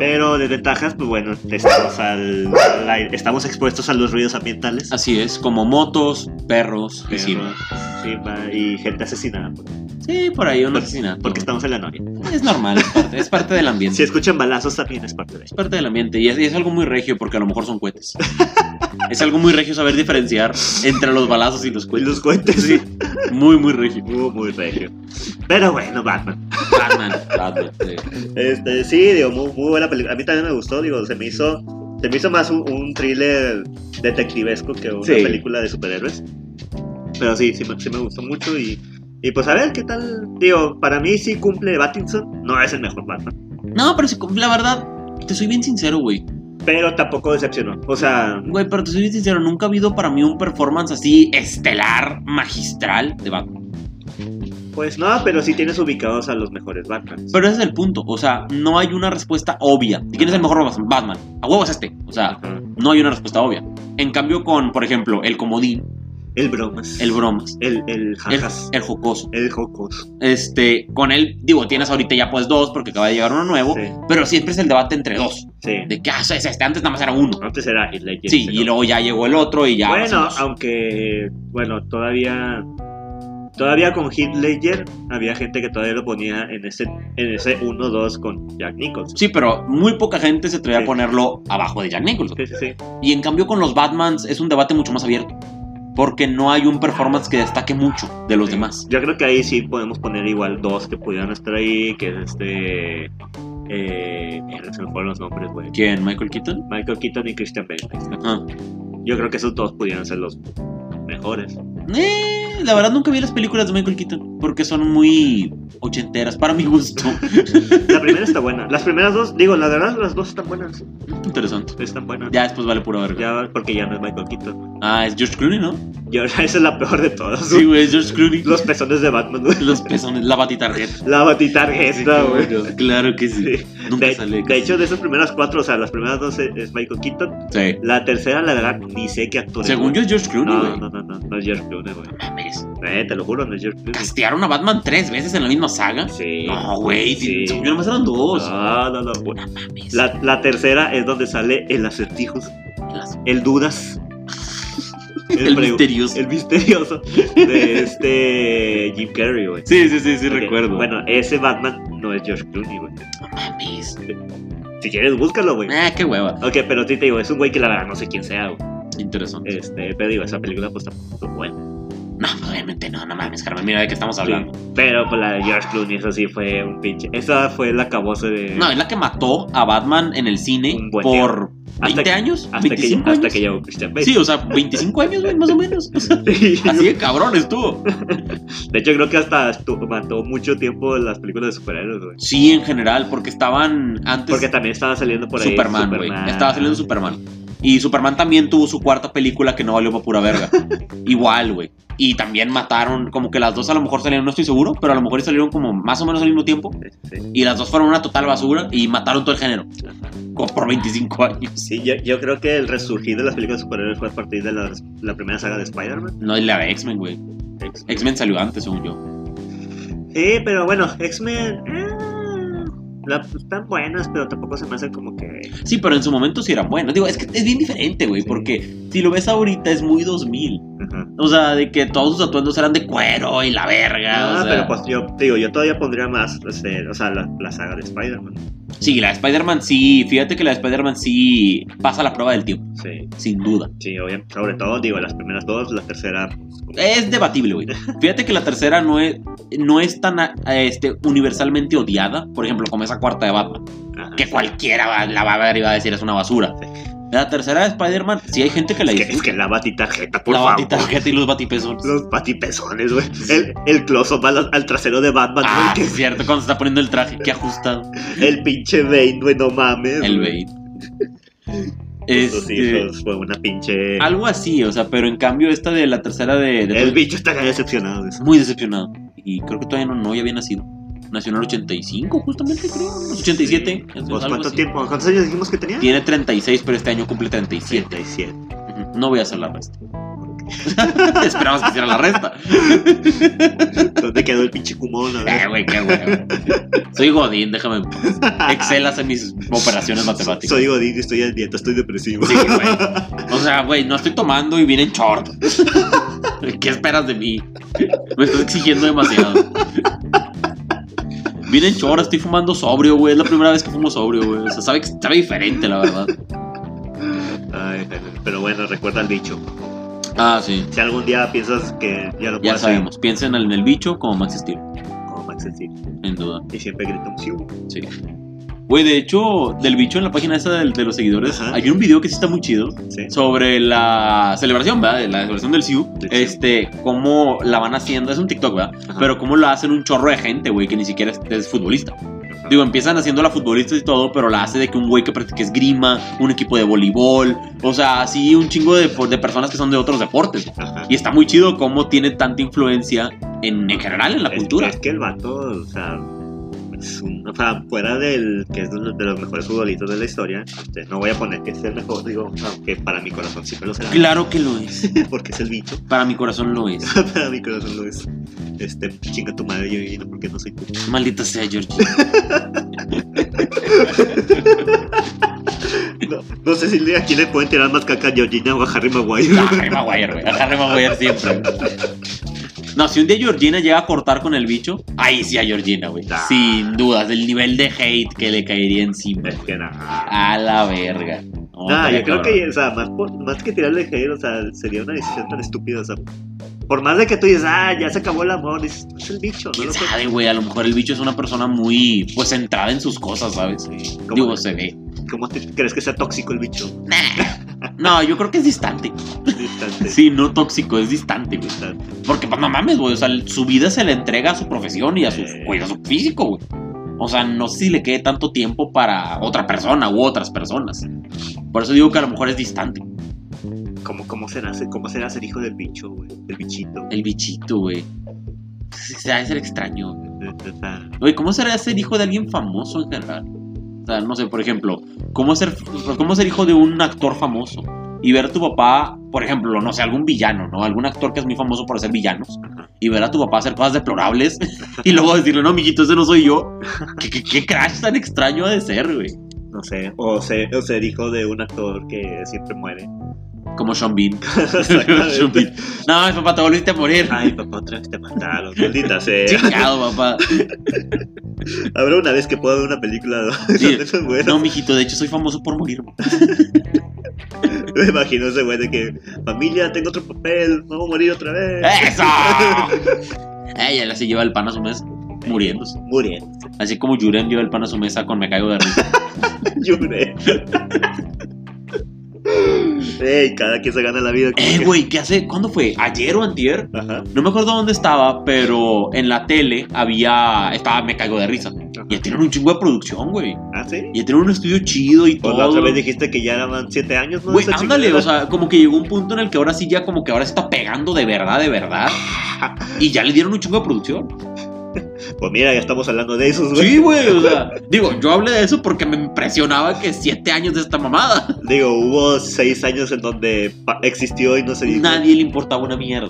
Speaker 1: pero desventajas, pues bueno, estamos al, al aire- estamos expuestos a los ruidos ambientales.
Speaker 2: Así es, como motos, perros, y sirve.
Speaker 1: Sí, va, y gente asesinada. por-
Speaker 2: Sí, por ahí un asesinato.
Speaker 1: Porque estamos en la noria.
Speaker 2: Es normal, es parte, es parte del ambiente.
Speaker 1: Si escuchan balazos también es parte de
Speaker 2: Es parte del ambiente y es, y es algo muy regio porque a lo mejor son cohetes. es algo muy regio saber diferenciar entre los balazos y los
Speaker 1: eso.
Speaker 2: cohetes.
Speaker 1: Los cohetes, [laughs]
Speaker 2: Pues, Sí,
Speaker 1: sí.
Speaker 2: muy, muy regio.
Speaker 1: Muy, muy regio. Pero bueno, Batman.
Speaker 2: Batman, Batman, sí.
Speaker 1: Este, sí, digo, muy, muy buena película. A mí también me gustó, digo, se me hizo, se me hizo más un, un thriller detectivesco que una
Speaker 2: Sí.
Speaker 1: película de superhéroes. Pero sí, sí, me- sí me gustó mucho y, y pues a ver qué tal. Digo, para mí sí cumple Battinson, no es el mejor Batman,
Speaker 2: No, pero sí, la verdad, te soy bien sincero, güey.
Speaker 1: pero tampoco decepcionó. O sea,
Speaker 2: Güey, pero te soy bien sincero, nunca ha habido para mí un performance así estelar, magistral de Batman.
Speaker 1: pues no, pero sí tienes ubicados a los mejores Batman.
Speaker 2: Pero ese es el punto, o sea, no hay una respuesta obvia. ¿Y ¿Quién es el mejor Batman? Batman. A huevos este. O sea,
Speaker 1: Ajá.
Speaker 2: no hay una respuesta obvia. En cambio con, por ejemplo, el comodín,
Speaker 1: El bromas.
Speaker 2: el bromas,
Speaker 1: el, el
Speaker 2: el,
Speaker 1: jajas.
Speaker 2: el jocoso.
Speaker 1: El, jocos.
Speaker 2: Este, con él, digo, tienes ahorita ya pues dos porque acaba de llegar uno nuevo,
Speaker 1: Sí,
Speaker 2: pero siempre es el debate entre dos.
Speaker 1: sí.
Speaker 2: De que, ah, es este, antes nada más era uno.
Speaker 1: Antes era Heath Ledger,
Speaker 2: Sí,
Speaker 1: pero-
Speaker 2: y luego ya llegó el otro y ya... ahora
Speaker 1: Bueno,
Speaker 2: somos-
Speaker 1: aunque, bueno, todavía, todavía con Heath Ledger había gente que todavía lo ponía en ese, en ese 1-2 con Jack Nicholson.
Speaker 2: Sí, pero muy poca gente se atrevía
Speaker 1: Sí.
Speaker 2: a ponerlo abajo de Jack Nicholson.
Speaker 1: Sí, sí, sí.
Speaker 2: Y en cambio con los Batmans es un debate mucho más abierto. Porque no hay un performance que destaque mucho de los demás.
Speaker 1: Yo creo que ahí sí podemos poner igual dos que pudieran estar ahí, que es este, eh, mierda, se me fueron los nombres, güey.
Speaker 2: ¿Quién? ¿Michael Keaton? Ah.
Speaker 1: Michael Keaton y Christian Bale.
Speaker 2: Ajá.
Speaker 1: Yo creo que esos dos pudieran ser los mejores.
Speaker 2: Eh, la verdad nunca vi las películas de Michael Keaton. Porque son muy ochenteras, para
Speaker 1: [laughs]
Speaker 2: mi gusto.
Speaker 1: La primera está buena. Las primeras dos, digo, la verdad las dos están buenas.
Speaker 2: Interesante.
Speaker 1: Están buenas.
Speaker 2: Ya después vale pura verga.
Speaker 1: Ya, porque ya no es Michael Keaton.
Speaker 2: Ah, es George Clooney, ¿no?
Speaker 1: Y ahora [laughs] esa es la peor de todas.
Speaker 2: Sí, güey, es George Clooney.
Speaker 1: Pues Los pezones de Batman, güey.
Speaker 2: Los pezones, la batitarjeta.
Speaker 1: La batitarjeta, güey.
Speaker 2: Claro que sí.
Speaker 1: Sí.
Speaker 2: Nunca
Speaker 1: De,
Speaker 2: sale.
Speaker 1: de hecho, de esas primeras cuatro, o sea, las primeras dos es, es Michael Keaton.
Speaker 2: Sí.
Speaker 1: La tercera, la verdad, ni sé qué actor es,
Speaker 2: Según
Speaker 1: güey.
Speaker 2: yo es George Clooney,
Speaker 1: No,
Speaker 2: güey.
Speaker 1: no, no, no, no es George Clooney, güey.
Speaker 2: Mames.
Speaker 1: Eh, te lo juro, no es George Clooney.
Speaker 2: Castearon a Batman tres veces en la misma saga.
Speaker 1: Sí.
Speaker 2: No, güey.
Speaker 1: Sí.
Speaker 2: Según yo nomás eran dos.
Speaker 1: No, no, no, güey.
Speaker 2: Mames.
Speaker 1: La, la tercera es donde sale el acertijo,
Speaker 2: Las-
Speaker 1: el dudas.
Speaker 2: [laughs] El,
Speaker 1: pregu-
Speaker 2: misterioso.
Speaker 1: El misterioso de este Jim Carrey, güey.
Speaker 2: Sí, sí, sí, sí,
Speaker 1: Ok,
Speaker 2: recuerdo.
Speaker 1: Bueno, ese Batman no es George Clooney, güey.
Speaker 2: No mames.
Speaker 1: Si quieres, búscalo, güey.
Speaker 2: Ah, qué hueva.
Speaker 1: Ok, pero sí te digo, es un güey que la verdad no sé quién sea, güey.
Speaker 2: Interesante.
Speaker 1: Este, pero digo, esa película pues tampoco estuvo buena.
Speaker 2: No, obviamente no, no mames, Carmen. Mira de qué estamos hablando.
Speaker 1: Pero pues la de George Clooney, eso sí fue un pinche. Esa fue la caboce de.
Speaker 2: No, es la que mató a Batman en el cine
Speaker 1: Un buen
Speaker 2: por
Speaker 1: Hasta
Speaker 2: 20
Speaker 1: que-
Speaker 2: años.
Speaker 1: hasta, que,
Speaker 2: 25
Speaker 1: hasta
Speaker 2: años.
Speaker 1: que llegó Christian Bale. [laughs]
Speaker 2: Sí, o sea, 25 años, güey, más o menos. O sea, así de cabrón estuvo.
Speaker 1: De hecho, creo que hasta estu- mató mucho tiempo las películas de superhéroes, güey.
Speaker 2: Sí, en general, porque estaban antes
Speaker 1: Porque también estaba saliendo por ahí.
Speaker 2: Superman, güey. Estaba saliendo Superman. Y Superman también tuvo su cuarta película que no valió para
Speaker 1: [laughs]
Speaker 2: pura verga. Igual, güey. Y también mataron, como que las dos a lo mejor salieron, no estoy seguro, pero a lo mejor salieron como más o menos al mismo tiempo.
Speaker 1: Sí, sí.
Speaker 2: Y las dos fueron una total basura y mataron todo el género. Como por 25 [laughs] años.
Speaker 1: Sí, yo, yo creo que el resurgir de las películas de superhéroes fue a partir de las- la primera saga de Spider-Man.
Speaker 2: No, es la de X-Men, güey.
Speaker 1: X-
Speaker 2: X-Men salió antes, según yo.
Speaker 1: Sí, pero bueno, X-Men. ah, la- están buenas, pero tampoco se me hacen como que.
Speaker 2: Sí, pero en su momento sí eran buenas. Digo, es que es bien diferente, güey,
Speaker 1: Sí.
Speaker 2: porque si lo ves ahorita es muy 2000.
Speaker 1: Ajá.
Speaker 2: O sea, de que todos sus atuendos eran de cuero y la verga.
Speaker 1: Ah,
Speaker 2: o sea.
Speaker 1: pero pues yo te digo, yo todavía pondría más, este, o sea, la, la saga de Spider-Man.
Speaker 2: Sí, la de Spider-Man sí. Fíjate que la de Spider-Man sí pasa la prueba del tiempo,
Speaker 1: Sí,
Speaker 2: sin duda.
Speaker 1: sí, obviamente. Sobre todo, digo, las primeras dos, la tercera. pues, como-
Speaker 2: Es
Speaker 1: [laughs]
Speaker 2: debatible, güey. Fíjate que la tercera no es, no es tan a- a este, universalmente odiada, por ejemplo, como esa cuarta de Batman,
Speaker 1: Ajá.
Speaker 2: que cualquiera va- la va a ver y va a decir es una basura. La tercera de Spider-Man, sí hay gente que la
Speaker 1: Es que,
Speaker 2: dice.
Speaker 1: es que la batitarjeta, por
Speaker 2: La
Speaker 1: favor.
Speaker 2: batitarjeta y los batipesos.
Speaker 1: Los batipezones, güey. El, el close-up al, al trasero de Batman,
Speaker 2: Ah, sí
Speaker 1: güey,
Speaker 2: es cierto, cuando se está poniendo el traje,
Speaker 1: [laughs]
Speaker 2: qué ajustado.
Speaker 1: que- El pinche Bane, güey, no mames.
Speaker 2: El
Speaker 1: güey.
Speaker 2: Bane.
Speaker 1: Esos
Speaker 2: Este,
Speaker 1: hijos, fue una pinche.
Speaker 2: algo así, o sea, pero en cambio esta de la tercera de... de-
Speaker 1: El bicho estaría decepcionado de eso.
Speaker 2: muy decepcionado. Y creo que todavía no, no ya había nacido. Nació en el 85, justamente, creo. 87.
Speaker 1: Sí.
Speaker 2: es
Speaker 1: Pues,
Speaker 2: algo
Speaker 1: ¿Cuánto
Speaker 2: así.
Speaker 1: tiempo? ¿Cuántos años dijimos que tenía?
Speaker 2: Tiene 36, pero este año cumple 37.
Speaker 1: 37.
Speaker 2: Ujú, No voy a hacer la resta. [laughs] Esperamos que hiciera la resta.
Speaker 1: ¿Dónde quedó el pinche Kumon? A
Speaker 2: Eh,
Speaker 1: ver.
Speaker 2: güey, qué güey. güey. Soy Godín, déjame en paz. Excel hace mis operaciones matemáticas.
Speaker 1: Soy Godín, estoy al dieta, estoy depresivo.
Speaker 2: [laughs] Sí, güey. O sea, güey, no estoy tomando y viene en short. [laughs] ¿Qué esperas de mí? Me estás exigiendo demasiado. Viene en short, estoy fumando sobrio, güey. Es la primera vez que fumo sobrio, güey. O sea, sabe, que- sabe diferente, la verdad.
Speaker 1: Ay, pero bueno, recuerda el dicho.
Speaker 2: Ah, sí. Pues
Speaker 1: Si algún día piensas que ya lo
Speaker 2: Ya
Speaker 1: puedes hacer,
Speaker 2: sabemos. Piensen en el bicho como Max Steel,
Speaker 1: como Max Steel,
Speaker 2: sin duda.
Speaker 1: y siempre grita un siu.
Speaker 2: Sí. Güey, de hecho, del bicho en la página esa del- de los seguidores,
Speaker 1: Ajá.
Speaker 2: hay un video que sí está muy chido
Speaker 1: Sí.
Speaker 2: sobre la celebración, ¿verdad? De La celebración del SIU.
Speaker 1: Del CIU.
Speaker 2: Este, cómo la van haciendo. Es un TikTok, ¿verdad?
Speaker 1: Ajá.
Speaker 2: Pero cómo la hacen un chorro de gente, güey, que ni siquiera es, es futbolista. Digo, empiezan haciendo la futbolista y todo, pero la hace de que un güey que practica esgrima, un equipo de voleibol, o sea, así un chingo de, de personas que son de otros deportes.
Speaker 1: Ajá.
Speaker 2: Y está muy chido cómo tiene tanta influencia en, en general en la
Speaker 1: pues, Es-
Speaker 2: cultura.
Speaker 1: Es que el vato, o sea, pues, es un- o sea, fuera del que es uno de los mejores futbolistas de la historia, este, no voy a poner que es el mejor, digo, aunque para mi corazón siempre lo será,
Speaker 2: Claro que lo es.
Speaker 1: [laughs] porque es el bicho,
Speaker 2: Para mi corazón
Speaker 1: [laughs]
Speaker 2: lo es.
Speaker 1: para mi corazón lo es. Este, chinga tu madre, yo vino porque no soy tú.
Speaker 2: Maldita sea, Georgie.
Speaker 1: No, no sé si le- aquí le pueden tirar más caca a Georgina o a Harry Maguire.
Speaker 2: A
Speaker 1: [laughs]
Speaker 2: Harry Maguire, güey. A Harry Maguire siempre. güey. No, si un día Georgina llega a cortar con el bicho, ahí sí a Georgina, güey.
Speaker 1: Ah.
Speaker 2: Sin dudas, el nivel de hate que le caería encima.
Speaker 1: Es que nada.
Speaker 2: A la verga. No,
Speaker 1: Nah,
Speaker 2: estaría
Speaker 1: yo creo
Speaker 2: cabrón.
Speaker 1: que, o sea, más, por- más que tirarle hate, o sea, sería una decisión tan estúpida, o sea, por más de que tú dices, ah, ya se acabó el amor, dices, es el bicho, no
Speaker 2: ¿Quién
Speaker 1: lo
Speaker 2: sabe, güey? A lo mejor el bicho es una persona muy, pues, centrada en sus cosas, ¿sabes?
Speaker 1: ¿Cómo?
Speaker 2: Digo, se ve.
Speaker 1: ¿Cómo te- crees que sea tóxico el bicho?
Speaker 2: Nah. No, yo creo que es distante.
Speaker 1: Distante,
Speaker 2: [laughs] Sí, no tóxico, es distante, güey.
Speaker 1: distante.
Speaker 2: Porque, pues, no mames, güey. O sea, su vida se le entrega a su profesión y a su,
Speaker 1: Eh.
Speaker 2: cuida a su físico, güey. O sea, no sé si le quede tanto tiempo para otra persona u otras personas. Por eso digo que a lo mejor es distante.
Speaker 1: ¿Cómo, cómo, será, ser- ¿Cómo será ser hijo del bicho, güey? Del bichito. güey.
Speaker 2: El bichito, güey. Se ha de ser extraño. güey.
Speaker 1: O sea,
Speaker 2: Güey, ¿cómo será ser hijo de alguien famoso en general? O sea, no sé, por ejemplo, ¿cómo ser, ¿cómo ser hijo de un actor famoso? Y ver a tu papá, por ejemplo, no sé, algún villano, ¿no? Algún actor que es muy famoso por hacer villanos.
Speaker 1: Ajá.
Speaker 2: Y ver a tu papá hacer cosas deplorables. y luego decirle, no, amiguito, ese no soy yo. ¿Qué, qué, qué crash tan extraño ha de ser, güey?
Speaker 1: No sé. O ser, o ser hijo de un actor que siempre
Speaker 2: [laughs]
Speaker 1: muere.
Speaker 2: Como Sean Bean. Sean Bean.
Speaker 1: [laughs] Exactamente.
Speaker 2: No, mi papá, te volviste a morir.
Speaker 1: Ay, papá, otra vez te mataron. Maldita sea.
Speaker 2: Chingado, papá.
Speaker 1: Habrá una vez que pueda ver una película
Speaker 2: Sí.
Speaker 1: donde se muera.
Speaker 2: No, mijito, de hecho soy famoso por morir.
Speaker 1: Me imagino ese güey de que, familia, tengo otro papel, vamos a morir otra vez.
Speaker 2: ¡Eso! Ella la se lleva el pan a su mesa, muriéndose.
Speaker 1: Muriendo.
Speaker 2: Así como Yuren lleva el pan a su mesa con Me Caigo de Risa.
Speaker 1: [laughs] Lloré. Ey, cada quien se gana la vida. como
Speaker 2: Eh,
Speaker 1: que-
Speaker 2: güey, ¿qué hace? ¿Cuándo fue? ¿Ayer o antier?
Speaker 1: Ajá.
Speaker 2: No me acuerdo dónde estaba, pero en la tele había... Estaba Me Caigo de Risa. Y ya tienen un chingo de producción, güey.
Speaker 1: Ah, sí.
Speaker 2: Y ya tienen un estudio chido y
Speaker 1: Pues
Speaker 2: todo.
Speaker 1: la otra vez dijiste que ya eran 7 años, ¿no?
Speaker 2: Güey,
Speaker 1: Esa
Speaker 2: ándale,
Speaker 1: chingadera.
Speaker 2: o sea, como que llegó un punto en el que ahora sí ya como que ahora se está pegando de verdad,
Speaker 1: [laughs]
Speaker 2: de verdad. Y ya le dieron un chingo de producción.
Speaker 1: Pues mira, ya estamos hablando de esos, güey.
Speaker 2: Sí, güey, o sea, digo, yo hablé de eso porque me impresionaba que siete años de esta mamada.
Speaker 1: Digo, hubo 6 años en donde pa- existió y no se dijo.
Speaker 2: Nadie le importaba una mierda.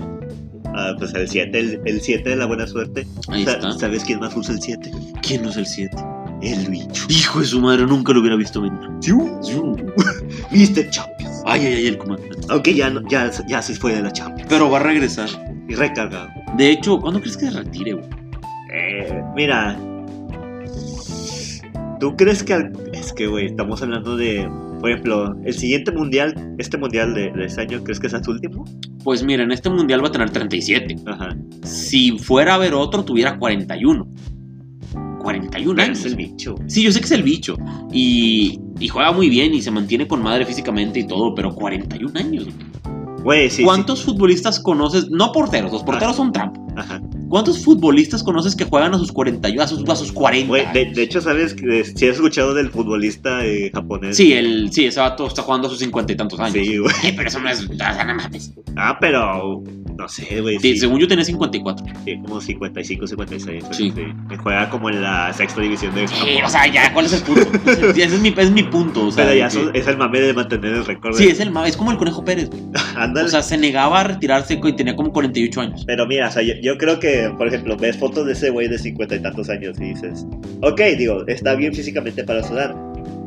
Speaker 1: Ah, pues el 7, el, el 7 de la buena suerte.
Speaker 2: Ahí
Speaker 1: Sa-
Speaker 2: está.
Speaker 1: ¿Sabes quién más usa el 7?
Speaker 2: ¿Quién no es el 7?
Speaker 1: El bicho.
Speaker 2: Hijo de su madre, nunca lo hubiera visto venir.
Speaker 1: Mr. Champions.
Speaker 2: Ay, ay, ay, el comandante.
Speaker 1: Aunque ya, no- ya, ya se fue de la Champions.
Speaker 2: Pero va a regresar.
Speaker 1: y recargado.
Speaker 2: De hecho, ¿cuándo crees que se retire, güey?
Speaker 1: Eh, mira. ¿Tú crees que.? al- Es que, güey, estamos hablando de. Por ejemplo, el siguiente mundial, este mundial de, de este año, ¿crees que sea su último?
Speaker 2: Pues mira, en este mundial va a tener 37.
Speaker 1: Ajá.
Speaker 2: Si fuera a haber otro, tuviera 41. 41
Speaker 1: Es
Speaker 2: años.
Speaker 1: el bicho.
Speaker 2: Sí, yo sé que es el bicho. Y, y juega muy bien y se mantiene con madre físicamente y todo, pero 41 años. güey.
Speaker 1: Güey, sí. Ah. sí.
Speaker 2: ¿Cuántos futbolistas conoces? No porteros, los porteros son trampa.
Speaker 1: Ajá.
Speaker 2: ¿Cuántos futbolistas conoces que juegan a sus 40 a sus, a sus 40?
Speaker 1: Güey, de, de hecho, ¿sabes? que Si has escuchado del futbolista eh, japonés.
Speaker 2: Sí, el, sí, ese vato está jugando a sus 50 y tantos años.
Speaker 1: Sí, güey.
Speaker 2: Eh, pero eso no es. O sea, no mames.
Speaker 1: Ah, pero. No sé, güey.
Speaker 2: Sí,
Speaker 1: Sí,
Speaker 2: Según yo tenía 54.
Speaker 1: sí, como 55, 56.
Speaker 2: Sí.
Speaker 1: Sí. Que Juega como en la sexta división de Japón.
Speaker 2: Sí, o sea, ya, ¿cuál es el punto? Ese ese es mi, es mi punto. O sea,
Speaker 1: pero
Speaker 2: de
Speaker 1: ya
Speaker 2: que-
Speaker 1: son- es el mame de mantener el récord.
Speaker 2: Sí,
Speaker 1: de-
Speaker 2: es, el, ma- es como el Conejo Pérez, güey.
Speaker 1: Ándale.
Speaker 2: O sea, se negaba a retirarse y tenía como 48 años.
Speaker 1: Pero mira, o sea, yo, yo creo que, por ejemplo, ves fotos de ese güey de cincuenta y tantos años y dices, ok, digo, está bien físicamente para su edad.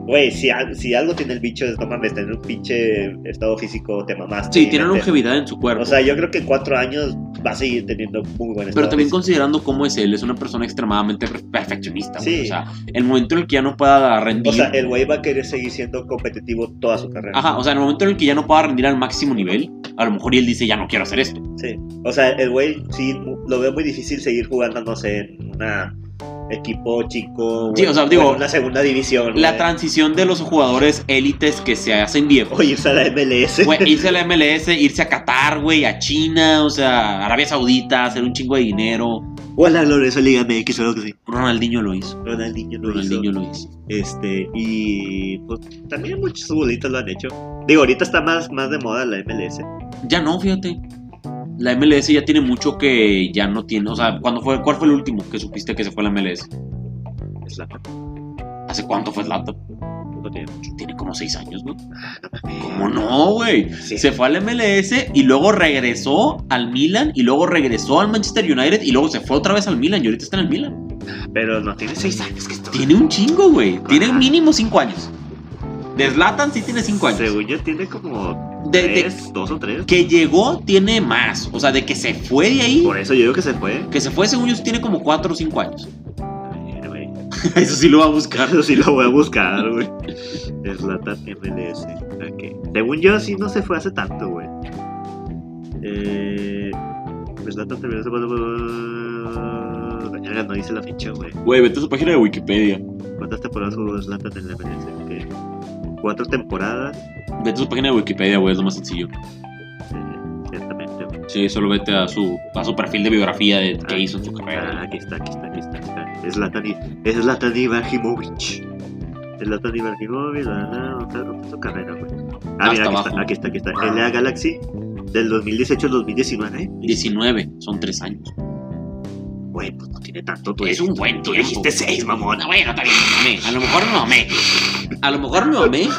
Speaker 1: Güey, si, al- si algo tiene el bicho es, no mames, tener un pinche estado físico te mamaste.
Speaker 2: Sí,
Speaker 1: y
Speaker 2: tiene
Speaker 1: vete".
Speaker 2: longevidad en su cuerpo.
Speaker 1: O sea, yo creo que en cuatro años va a seguir teniendo muy buen estado
Speaker 2: pero también
Speaker 1: físico.
Speaker 2: considerando cómo es él, es una persona extremadamente per- perfeccionista. güey.
Speaker 1: Sí.
Speaker 2: O sea, el momento en el que ya no pueda rendir.
Speaker 1: O sea, el güey va a querer seguir siendo competitivo toda su carrera.
Speaker 2: Ajá, o sea, en el momento en el que ya no pueda rendir al máximo nivel, a lo mejor y él dice, ya no quiero hacer esto.
Speaker 1: Sí. O sea, el güey sí lo veo muy difícil seguir jugando, no sé, en una equipo chico.
Speaker 2: Sí,
Speaker 1: güey,
Speaker 2: o sea, digo,
Speaker 1: en una segunda división.
Speaker 2: La
Speaker 1: güey.
Speaker 2: transición de los jugadores élites que se hacen viejos.
Speaker 1: Oye, esa la MLS.
Speaker 2: Güey, irse a la MLS, irse a Qatar, güey, a China, o sea, Arabia Saudita, hacer un chingo de dinero.
Speaker 1: O a la gloriosa Liga MX, o algo que sí.
Speaker 2: Ronaldinho lo hizo.
Speaker 1: Ronaldinho lo hizo.
Speaker 2: Ronaldinho lo hizo.
Speaker 1: Este, y pues también muchos futbolistas lo han hecho. Digo, ahorita está más, más de moda la MLS.
Speaker 2: Ya no, fíjate. La MLS ya tiene mucho que ya no tiene. O sea, ¿cuándo fue, ¿cuál fue el último que supiste que se fue la MLS?
Speaker 1: Es la
Speaker 2: ¿Hace cuánto fue Zlatan?
Speaker 1: no tiene.
Speaker 2: Tiene como seis años, ¿no? ¿Cómo no, güey?
Speaker 1: Sí.
Speaker 2: Se fue al MLS y luego regresó al Milan y luego regresó al Manchester United y luego se fue otra vez al Milan y ahorita está en el Milan.
Speaker 1: Pero no tiene seis años que esto.
Speaker 2: Tiene un chingo, güey. Tiene mínimo 5 años. De Zlatan sí tiene 5 años.
Speaker 1: Según yo, tiene como
Speaker 2: De- de-
Speaker 1: tres, dos o tres.
Speaker 2: que llegó tiene más. O sea, de que se fue de ahí.
Speaker 1: Por eso yo digo que se fue.
Speaker 2: Que se fue, según yo, sí tiene como 4 o 5 años.
Speaker 1: Ay, güey.
Speaker 2: Eso sí lo va a buscar.
Speaker 1: [laughs] Eso sí lo voy a buscar, güey. Es Latan MLS. ok. Según yo, sí no se fue hace tanto, güey. Eh. Pues Latan terminó se Verga, no dice la fecha, güey.
Speaker 2: Güey, vete a su página de Wikipedia.
Speaker 1: ¿Cuántas temporadas jugó Zlatan en la MLS? Ok. Cuatro temporadas.
Speaker 2: Vete a su página de Wikipedia, güey, es lo más sencillo.
Speaker 1: eh, Ciertamente. güey.
Speaker 2: Sí, solo vete a su, a su perfil de biografía de qué hizo en su
Speaker 1: Ah,
Speaker 2: carrera.
Speaker 1: aquí está, aquí está, aquí está. Aquí está. Es Zlatan y- es Zlatan Ibrahimovic. Es Zlatan Ibrahimovic. La, la, la, otra- otra su carrera, güey. Ah, mira,
Speaker 2: Hasta
Speaker 1: aquí
Speaker 2: abajo. Ah.
Speaker 1: está, aquí está, aquí está. LA Galaxy del 2018 al 2019.
Speaker 2: 19, son 3 años.
Speaker 1: Güey, pues no tiene tanto. Tú
Speaker 2: Es un buen
Speaker 1: tú
Speaker 2: tiempo.
Speaker 1: dijiste seis, mamona.
Speaker 2: No, bueno, está bien, me mamé. A lo mejor me mamé. A lo mejor me mamé,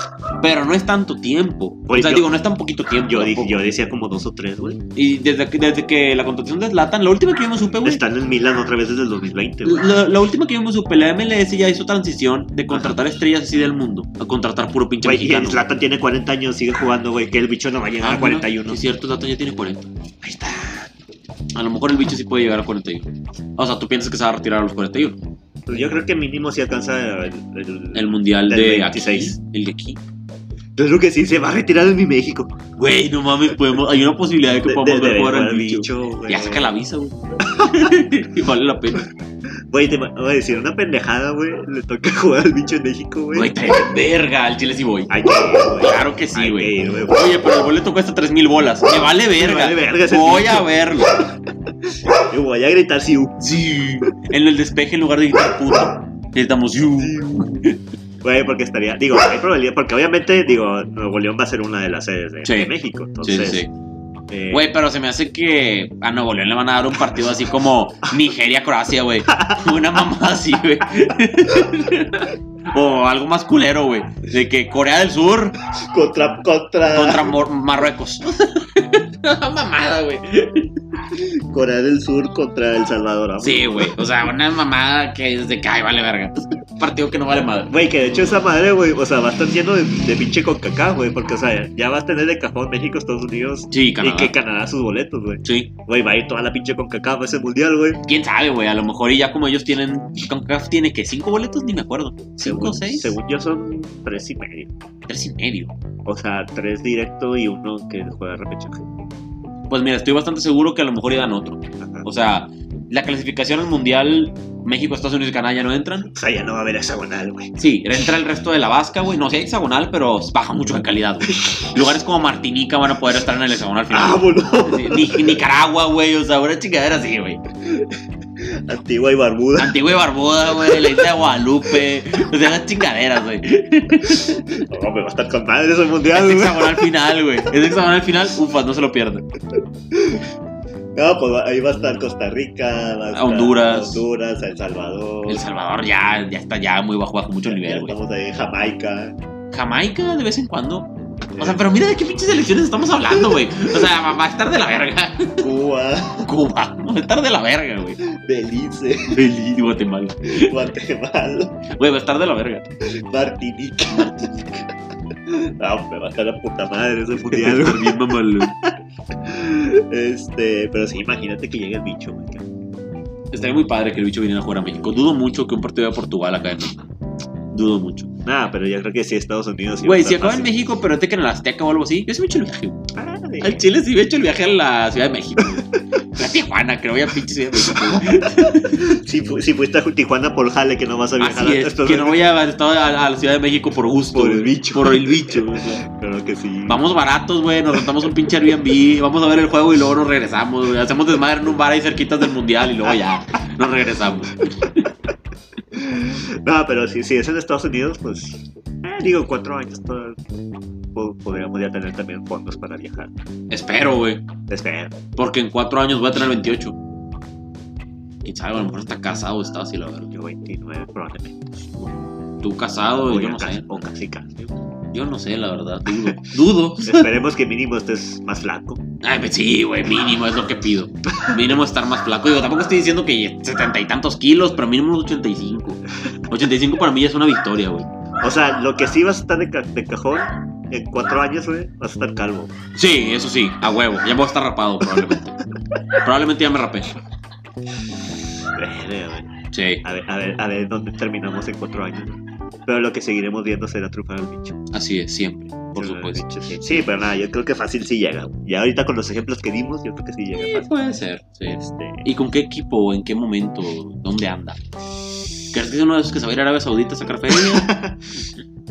Speaker 2: pero no es tanto tiempo.
Speaker 1: Oye,
Speaker 2: o sea,
Speaker 1: Pues yo-
Speaker 2: digo, no es tan poquito tiempo.
Speaker 1: Yo, dije,
Speaker 2: tampoco.
Speaker 1: yo decía como dos o tres, güey.
Speaker 2: Y desde que, desde que la contratación de Zlatan, la última que yo me supe, güey.
Speaker 1: Están en Milán otra vez desde el 2020, güey.
Speaker 2: La, la última que yo me supe, la MLS ya hizo transición de contratar estrellas así del mundo a contratar puro pinche
Speaker 1: Güey, y el
Speaker 2: mexicano.
Speaker 1: Zlatan tiene 40 años, sigue jugando, güey. Que el bicho no va a
Speaker 2: Ah,
Speaker 1: llegar a
Speaker 2: no,
Speaker 1: 41.
Speaker 2: Es cierto, Zlatan ya tiene 40.
Speaker 1: Ahí está.
Speaker 2: A lo mejor el bicho sí puede llegar a 41. O sea, tú piensas que se va a retirar a los 41.
Speaker 1: Pues yo creo que mínimo si alcanza el, el-
Speaker 2: El mundial
Speaker 1: Del
Speaker 2: de
Speaker 1: 26.
Speaker 2: aquí, el de aquí.
Speaker 1: Yo creo que sí, se va a retirar en mi México.
Speaker 2: Güey, no mames, podemos, hay una posibilidad de que
Speaker 1: De-
Speaker 2: podamos
Speaker 1: de-
Speaker 2: ver
Speaker 1: de-
Speaker 2: jugar
Speaker 1: jugar
Speaker 2: al
Speaker 1: al
Speaker 2: bicho.
Speaker 1: bicho, güey.
Speaker 2: ya saca la visa, güey. Y [laughs] vale la pena.
Speaker 1: Güey, te va- voy a decir una pendejada, güey. Le toca [laughs] jugar al bicho en México,
Speaker 2: Güey,
Speaker 1: güey.
Speaker 2: trae verga, al chile sí voy.
Speaker 1: Hay que ir, güey.
Speaker 2: Claro que sí,
Speaker 1: Hay
Speaker 2: güey.
Speaker 1: que ir, güey.
Speaker 2: Oye, pero el boleto cuesta 3000 bolas. Me vale verga.
Speaker 1: vale verga ese
Speaker 2: Voy
Speaker 1: bicho.
Speaker 2: a verlo.
Speaker 1: Yo voy a gritar si u.
Speaker 2: Sí. En el despeje, en lugar de gritar puto, gritamos "You".
Speaker 1: Güey, porque estaría. Digo, hay probabilidad. Porque obviamente, digo, Nuevo León va a ser una de las sedes de,
Speaker 2: Sí.
Speaker 1: de México.
Speaker 2: Sí,
Speaker 1: Entonces,
Speaker 2: sí, sí.
Speaker 1: eh,
Speaker 2: Güey, pero se me hace que a Nuevo León le van a dar un partido
Speaker 1: [laughs]
Speaker 2: así como Nigeria-Croacia, güey. Una mamá así, güey. O algo más culero, güey. De que Corea del Sur
Speaker 1: contra. Contra. [laughs]
Speaker 2: contra Mor- Marruecos.
Speaker 5: Mamada, güey.
Speaker 1: Corea del Sur contra El Salvador. ah, amo.
Speaker 5: Sí, güey. O sea, una mamada que desde que ay, vale verga. Partido que no vale madre.
Speaker 1: Güey, que de hecho esa madre, güey, o sea, va a estar lleno de, de pinche coca güey, porque, o sea, ya vas a tener de cajón México, Estados Unidos
Speaker 2: Sí, Canadá.
Speaker 1: y que Canadá sus boletos, güey.
Speaker 2: Sí.
Speaker 1: Güey, va a ir toda la pinche con a ese mundial, güey.
Speaker 2: Quién sabe, güey. A lo mejor y ya como ellos tienen. CONCACAF tiene que cinco boletos, ni me acuerdo. Cinco,
Speaker 1: Según-
Speaker 2: seis,
Speaker 1: Según yo son tres y medio.
Speaker 2: tres y medio.
Speaker 1: O sea, tres directo y uno que juega repechaje.
Speaker 2: Pues mira, estoy bastante seguro que a lo mejor ya dan otro.
Speaker 1: Ajá.
Speaker 2: O sea, la clasificación al mundial, México, Estados Unidos y Canadá ya no entran.
Speaker 1: O sea, ya no va a haber hexagonal, güey.
Speaker 2: Sí, entra el resto de la vasca, güey. No, sí hay hexagonal, pero baja mucho en
Speaker 1: [laughs]
Speaker 2: calidad, güey. Lugares como Martinica van a poder estar en el hexagonal
Speaker 1: ¡Ah, [laughs]
Speaker 2: final.
Speaker 1: boludo!
Speaker 2: Sí, Ni- Nicaragua, güey. O sea, una chingadera así, güey.
Speaker 1: Antigua y barbuda.
Speaker 2: Antigua y Barbuda, güey. La isla de Guadalupe. O sea, las chingaderas, güey.
Speaker 1: Ah, No, me va a estar con madre ese [laughs]
Speaker 2: Es
Speaker 1: mundial, güey.
Speaker 2: hexagonal final, güey. Es hexagonal final, ufas, no se lo pierdan.
Speaker 1: No, pues ahí va a estar Costa Rica, va a estar
Speaker 2: Honduras.
Speaker 1: Honduras, El Salvador.
Speaker 2: El Salvador ya, ya está ya muy bajo, bajo mucho
Speaker 1: Ya
Speaker 2: nivel, güey.
Speaker 1: Estamos ahí, Jamaica.
Speaker 2: Jamaica de vez en cuando. O sea, pero mira de qué pinches elecciones estamos hablando, güey. O sea, va- va a estar de la verga. [laughs]
Speaker 1: Cuba, [laughs]
Speaker 2: Cuba, va a estar de la verga, güey.
Speaker 1: Belice, [laughs]
Speaker 2: Belice, Guatemala.
Speaker 1: Guatemala,
Speaker 2: Güey, va a estar de la verga.
Speaker 1: Martinica. [laughs] No, me va a estar la puta madre ese
Speaker 2: Va
Speaker 1: [laughs]
Speaker 2: a
Speaker 1: mundial,
Speaker 2: estar bien mamalón.
Speaker 1: güey. Este, pero sí, imagínate que llegue el bicho, güey.
Speaker 2: Estaría muy padre que el bicho viniera a jugar a México. Dudo mucho que un partido de Portugal acá en México. Dudo mucho.
Speaker 1: Nah, Ah, pero yo creo que sí, Estados Unidos. sí va a
Speaker 2: Güey,
Speaker 1: estar
Speaker 2: si acaba en
Speaker 1: fácil. Ah,
Speaker 2: México, pero te que en el Azteca o algo así, yo sí me echo el viaje, güey.
Speaker 1: Madre.
Speaker 2: Al Chile sí me echo el viaje a la Ciudad de México. güey. [laughs] A Tijuana, creo, ya pinche Ciudad de México. güey.
Speaker 1: Si, fu- si fuiste a Tijuana por jale, que no vas a viajar
Speaker 2: Así
Speaker 1: a
Speaker 2: es,
Speaker 1: Estados
Speaker 2: que no
Speaker 1: Unidos.
Speaker 2: voy a, estado a, a la Ciudad de México por gusto.
Speaker 1: Por el
Speaker 2: güey.
Speaker 1: bicho.
Speaker 2: Por
Speaker 1: [laughs]
Speaker 2: el bicho. güey, o sea.
Speaker 1: Pero que sí.
Speaker 2: Vamos baratos, güey, nos rentamos un pinche Airbnb, vamos a ver el juego y luego nos regresamos, güey. Hacemos desmadre en un bar ahí cerquitas del mundial y luego ya nos regresamos.
Speaker 1: No, pero si, si es en Estados Unidos, pues. eh, digo, cuatro años todo- po- podríamos ya tener también fondos para viajar.
Speaker 2: Espero, güey,
Speaker 1: Espera.
Speaker 2: porque en cuatro años voy a tener 28. Quién sabe, a lo mejor está casado, está así, la verdad.
Speaker 1: Yo 29 probablemente.
Speaker 2: Tú casado,
Speaker 1: O
Speaker 2: yo
Speaker 1: ya
Speaker 2: no
Speaker 1: casi-
Speaker 2: sé.
Speaker 1: O casi casi.
Speaker 2: Yo no sé, la verdad, dudo. Dudo.
Speaker 1: Esperemos que mínimo estés más flaco.
Speaker 2: Ay, pues sí, güey, mínimo es lo que pido. Mínimo estar más flaco. Digo, tampoco estoy diciendo que setenta y tantos kilos, pero mínimo unos 85. 85 para mí ya es una victoria, güey.
Speaker 1: O sea, lo que sí vas a estar de, ca- de cajón, en cuatro años, güey, vas a estar calvo.
Speaker 2: Sí, eso sí, a huevo. Ya voy a estar rapado, probablemente. probablemente ya me rapé.
Speaker 1: Verga, güey.
Speaker 2: Sí,
Speaker 1: A ver, a ver, a ver dónde terminamos en cuatro años. Pero lo que seguiremos viendo será trufar al bicho.
Speaker 2: así es, siempre, por
Speaker 1: Trufar al
Speaker 2: supuesto.
Speaker 1: bicho, sí. Sí, pero nada, yo creo que fácil sí llega. güey. Ya ahorita con los ejemplos que dimos, yo creo que sí llega
Speaker 2: Eh,
Speaker 1: fácil.
Speaker 2: puede ser, sí.
Speaker 1: Este,
Speaker 2: ¿Y con qué equipo, en qué momento, dónde anda? ¿Crees que es uno de esos que se va a ir a Arabia Saudita a sacar feria?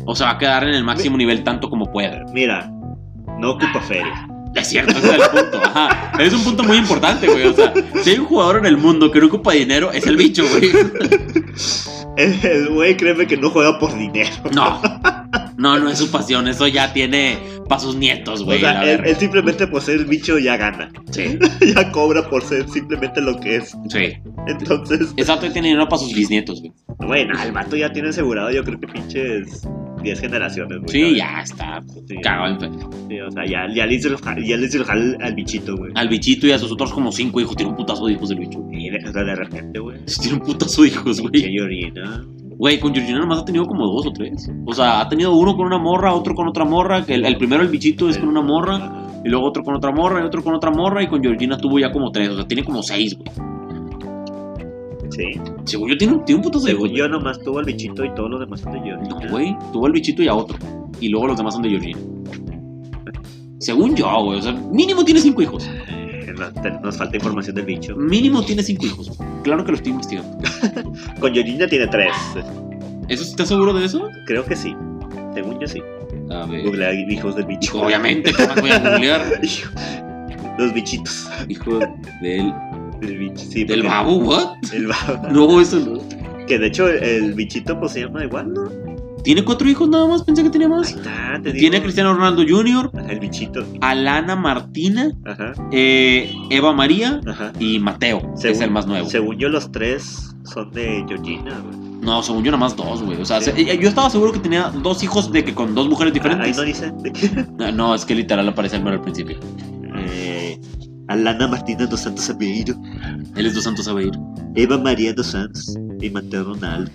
Speaker 2: ¿O se va a quedar en el máximo nivel tanto como pueda?
Speaker 1: Mira, no ocupa [laughs] feria.
Speaker 2: Es cierto, ese es el punto. Ajá. Es un punto muy importante, güey. O sea, si hay un jugador en el mundo que no ocupa dinero, es el bicho, güey.
Speaker 1: El güey, créeme que no juega por dinero.
Speaker 2: No. No, no es su pasión. Eso ya tiene para sus nietos, güey.
Speaker 1: o sea,
Speaker 2: la
Speaker 1: él,
Speaker 2: verga.
Speaker 1: él simplemente por ser el bicho ya gana. [laughs]
Speaker 2: Sí,
Speaker 1: ya cobra por ser simplemente lo que es.
Speaker 2: sí.
Speaker 1: Entonces,
Speaker 2: Exacto, tiene dinero para sus bisnietos, güey.
Speaker 1: bueno, el vato ya tiene asegurado, yo creo que pinches 10 generaciones, güey.
Speaker 2: Sí, ya está.
Speaker 1: Sí,
Speaker 2: Cagado en fe-
Speaker 1: sí, o sea, ya, ya le hizo el jal, ya le hizo el jal al bichito, güey.
Speaker 2: Al bichito y a sus otros como cinco hijos. Tiene un putazo de hijos el bicho.
Speaker 1: Y de, o sea, de repente, güey.
Speaker 2: Tiene un putazo de hijos,
Speaker 1: Que
Speaker 2: Pues, güey.
Speaker 1: llorina.
Speaker 2: Güey, con Georgina nomás ha tenido como dos o tres. O sea, ha tenido uno con una morra, otro con otra morra. que El, el primero, el bichito, es con una morra. Y luego otro con otra morra, y otro con otra morra, y con Georgina tuvo ya como tres, o sea, tiene como seis, güey.
Speaker 1: Sí.
Speaker 2: Según yo, tiene un, tiene un putazo de hijos,
Speaker 1: Según
Speaker 2: güey.
Speaker 1: yo nomás tuvo al bichito y todos los demás son de llorina.
Speaker 2: No, güey, tuvo el bichito y a otro. Y luego los demás son de Georgina. Según yo, güey, o sea, mínimo tiene cinco hijos.
Speaker 1: Eh, no, te- Nos falta información del bicho.
Speaker 2: Mínimo tiene cinco hijos. Claro que lo estoy investigando. Mm.
Speaker 1: Con llorina tiene tres.
Speaker 2: ¿Eso sí estás seguro de eso?
Speaker 1: Creo que sí. Según yo sí.
Speaker 2: A ver.
Speaker 1: Google ahí, hijos del bicho.
Speaker 2: Hijo, obviamente, ¿cómo voy a googlear?
Speaker 1: Hijo- [laughs] Los bichitos.
Speaker 2: Hijo del,
Speaker 1: Del bicho, sí.
Speaker 2: del
Speaker 1: porque-
Speaker 2: babu, ¿what?
Speaker 1: El babo.
Speaker 2: No, eso no.
Speaker 1: Que de hecho el bichito pues se llama igual, ¿no?
Speaker 2: ¿Tiene cuatro hijos nada más? Pensé que tenía
Speaker 1: Ahí
Speaker 2: más.
Speaker 1: está, te digo.
Speaker 2: Tiene a Cristiano Ronaldo Jr.,
Speaker 1: Ajá, El bichito.
Speaker 2: Alana Martina,
Speaker 1: Ajá,
Speaker 2: eh, Eva María
Speaker 1: ajá.
Speaker 2: y Mateo, que es el más nuevo.
Speaker 1: Según yo, los tres son de Georgina, güey.
Speaker 2: No, según yo, nada más dos, güey. O sea, se- eh, yo estaba seguro que tenía dos hijos de que con dos mujeres
Speaker 1: Ah, Ahí
Speaker 2: diferentes.
Speaker 1: no dice.
Speaker 2: no, es que literal aparece el número al principio.
Speaker 1: Eh, Alana Martina dos Santos Aveiro,
Speaker 2: Él es dos santos a ver.
Speaker 1: Eva María dos Santos y Mateo Ronaldo.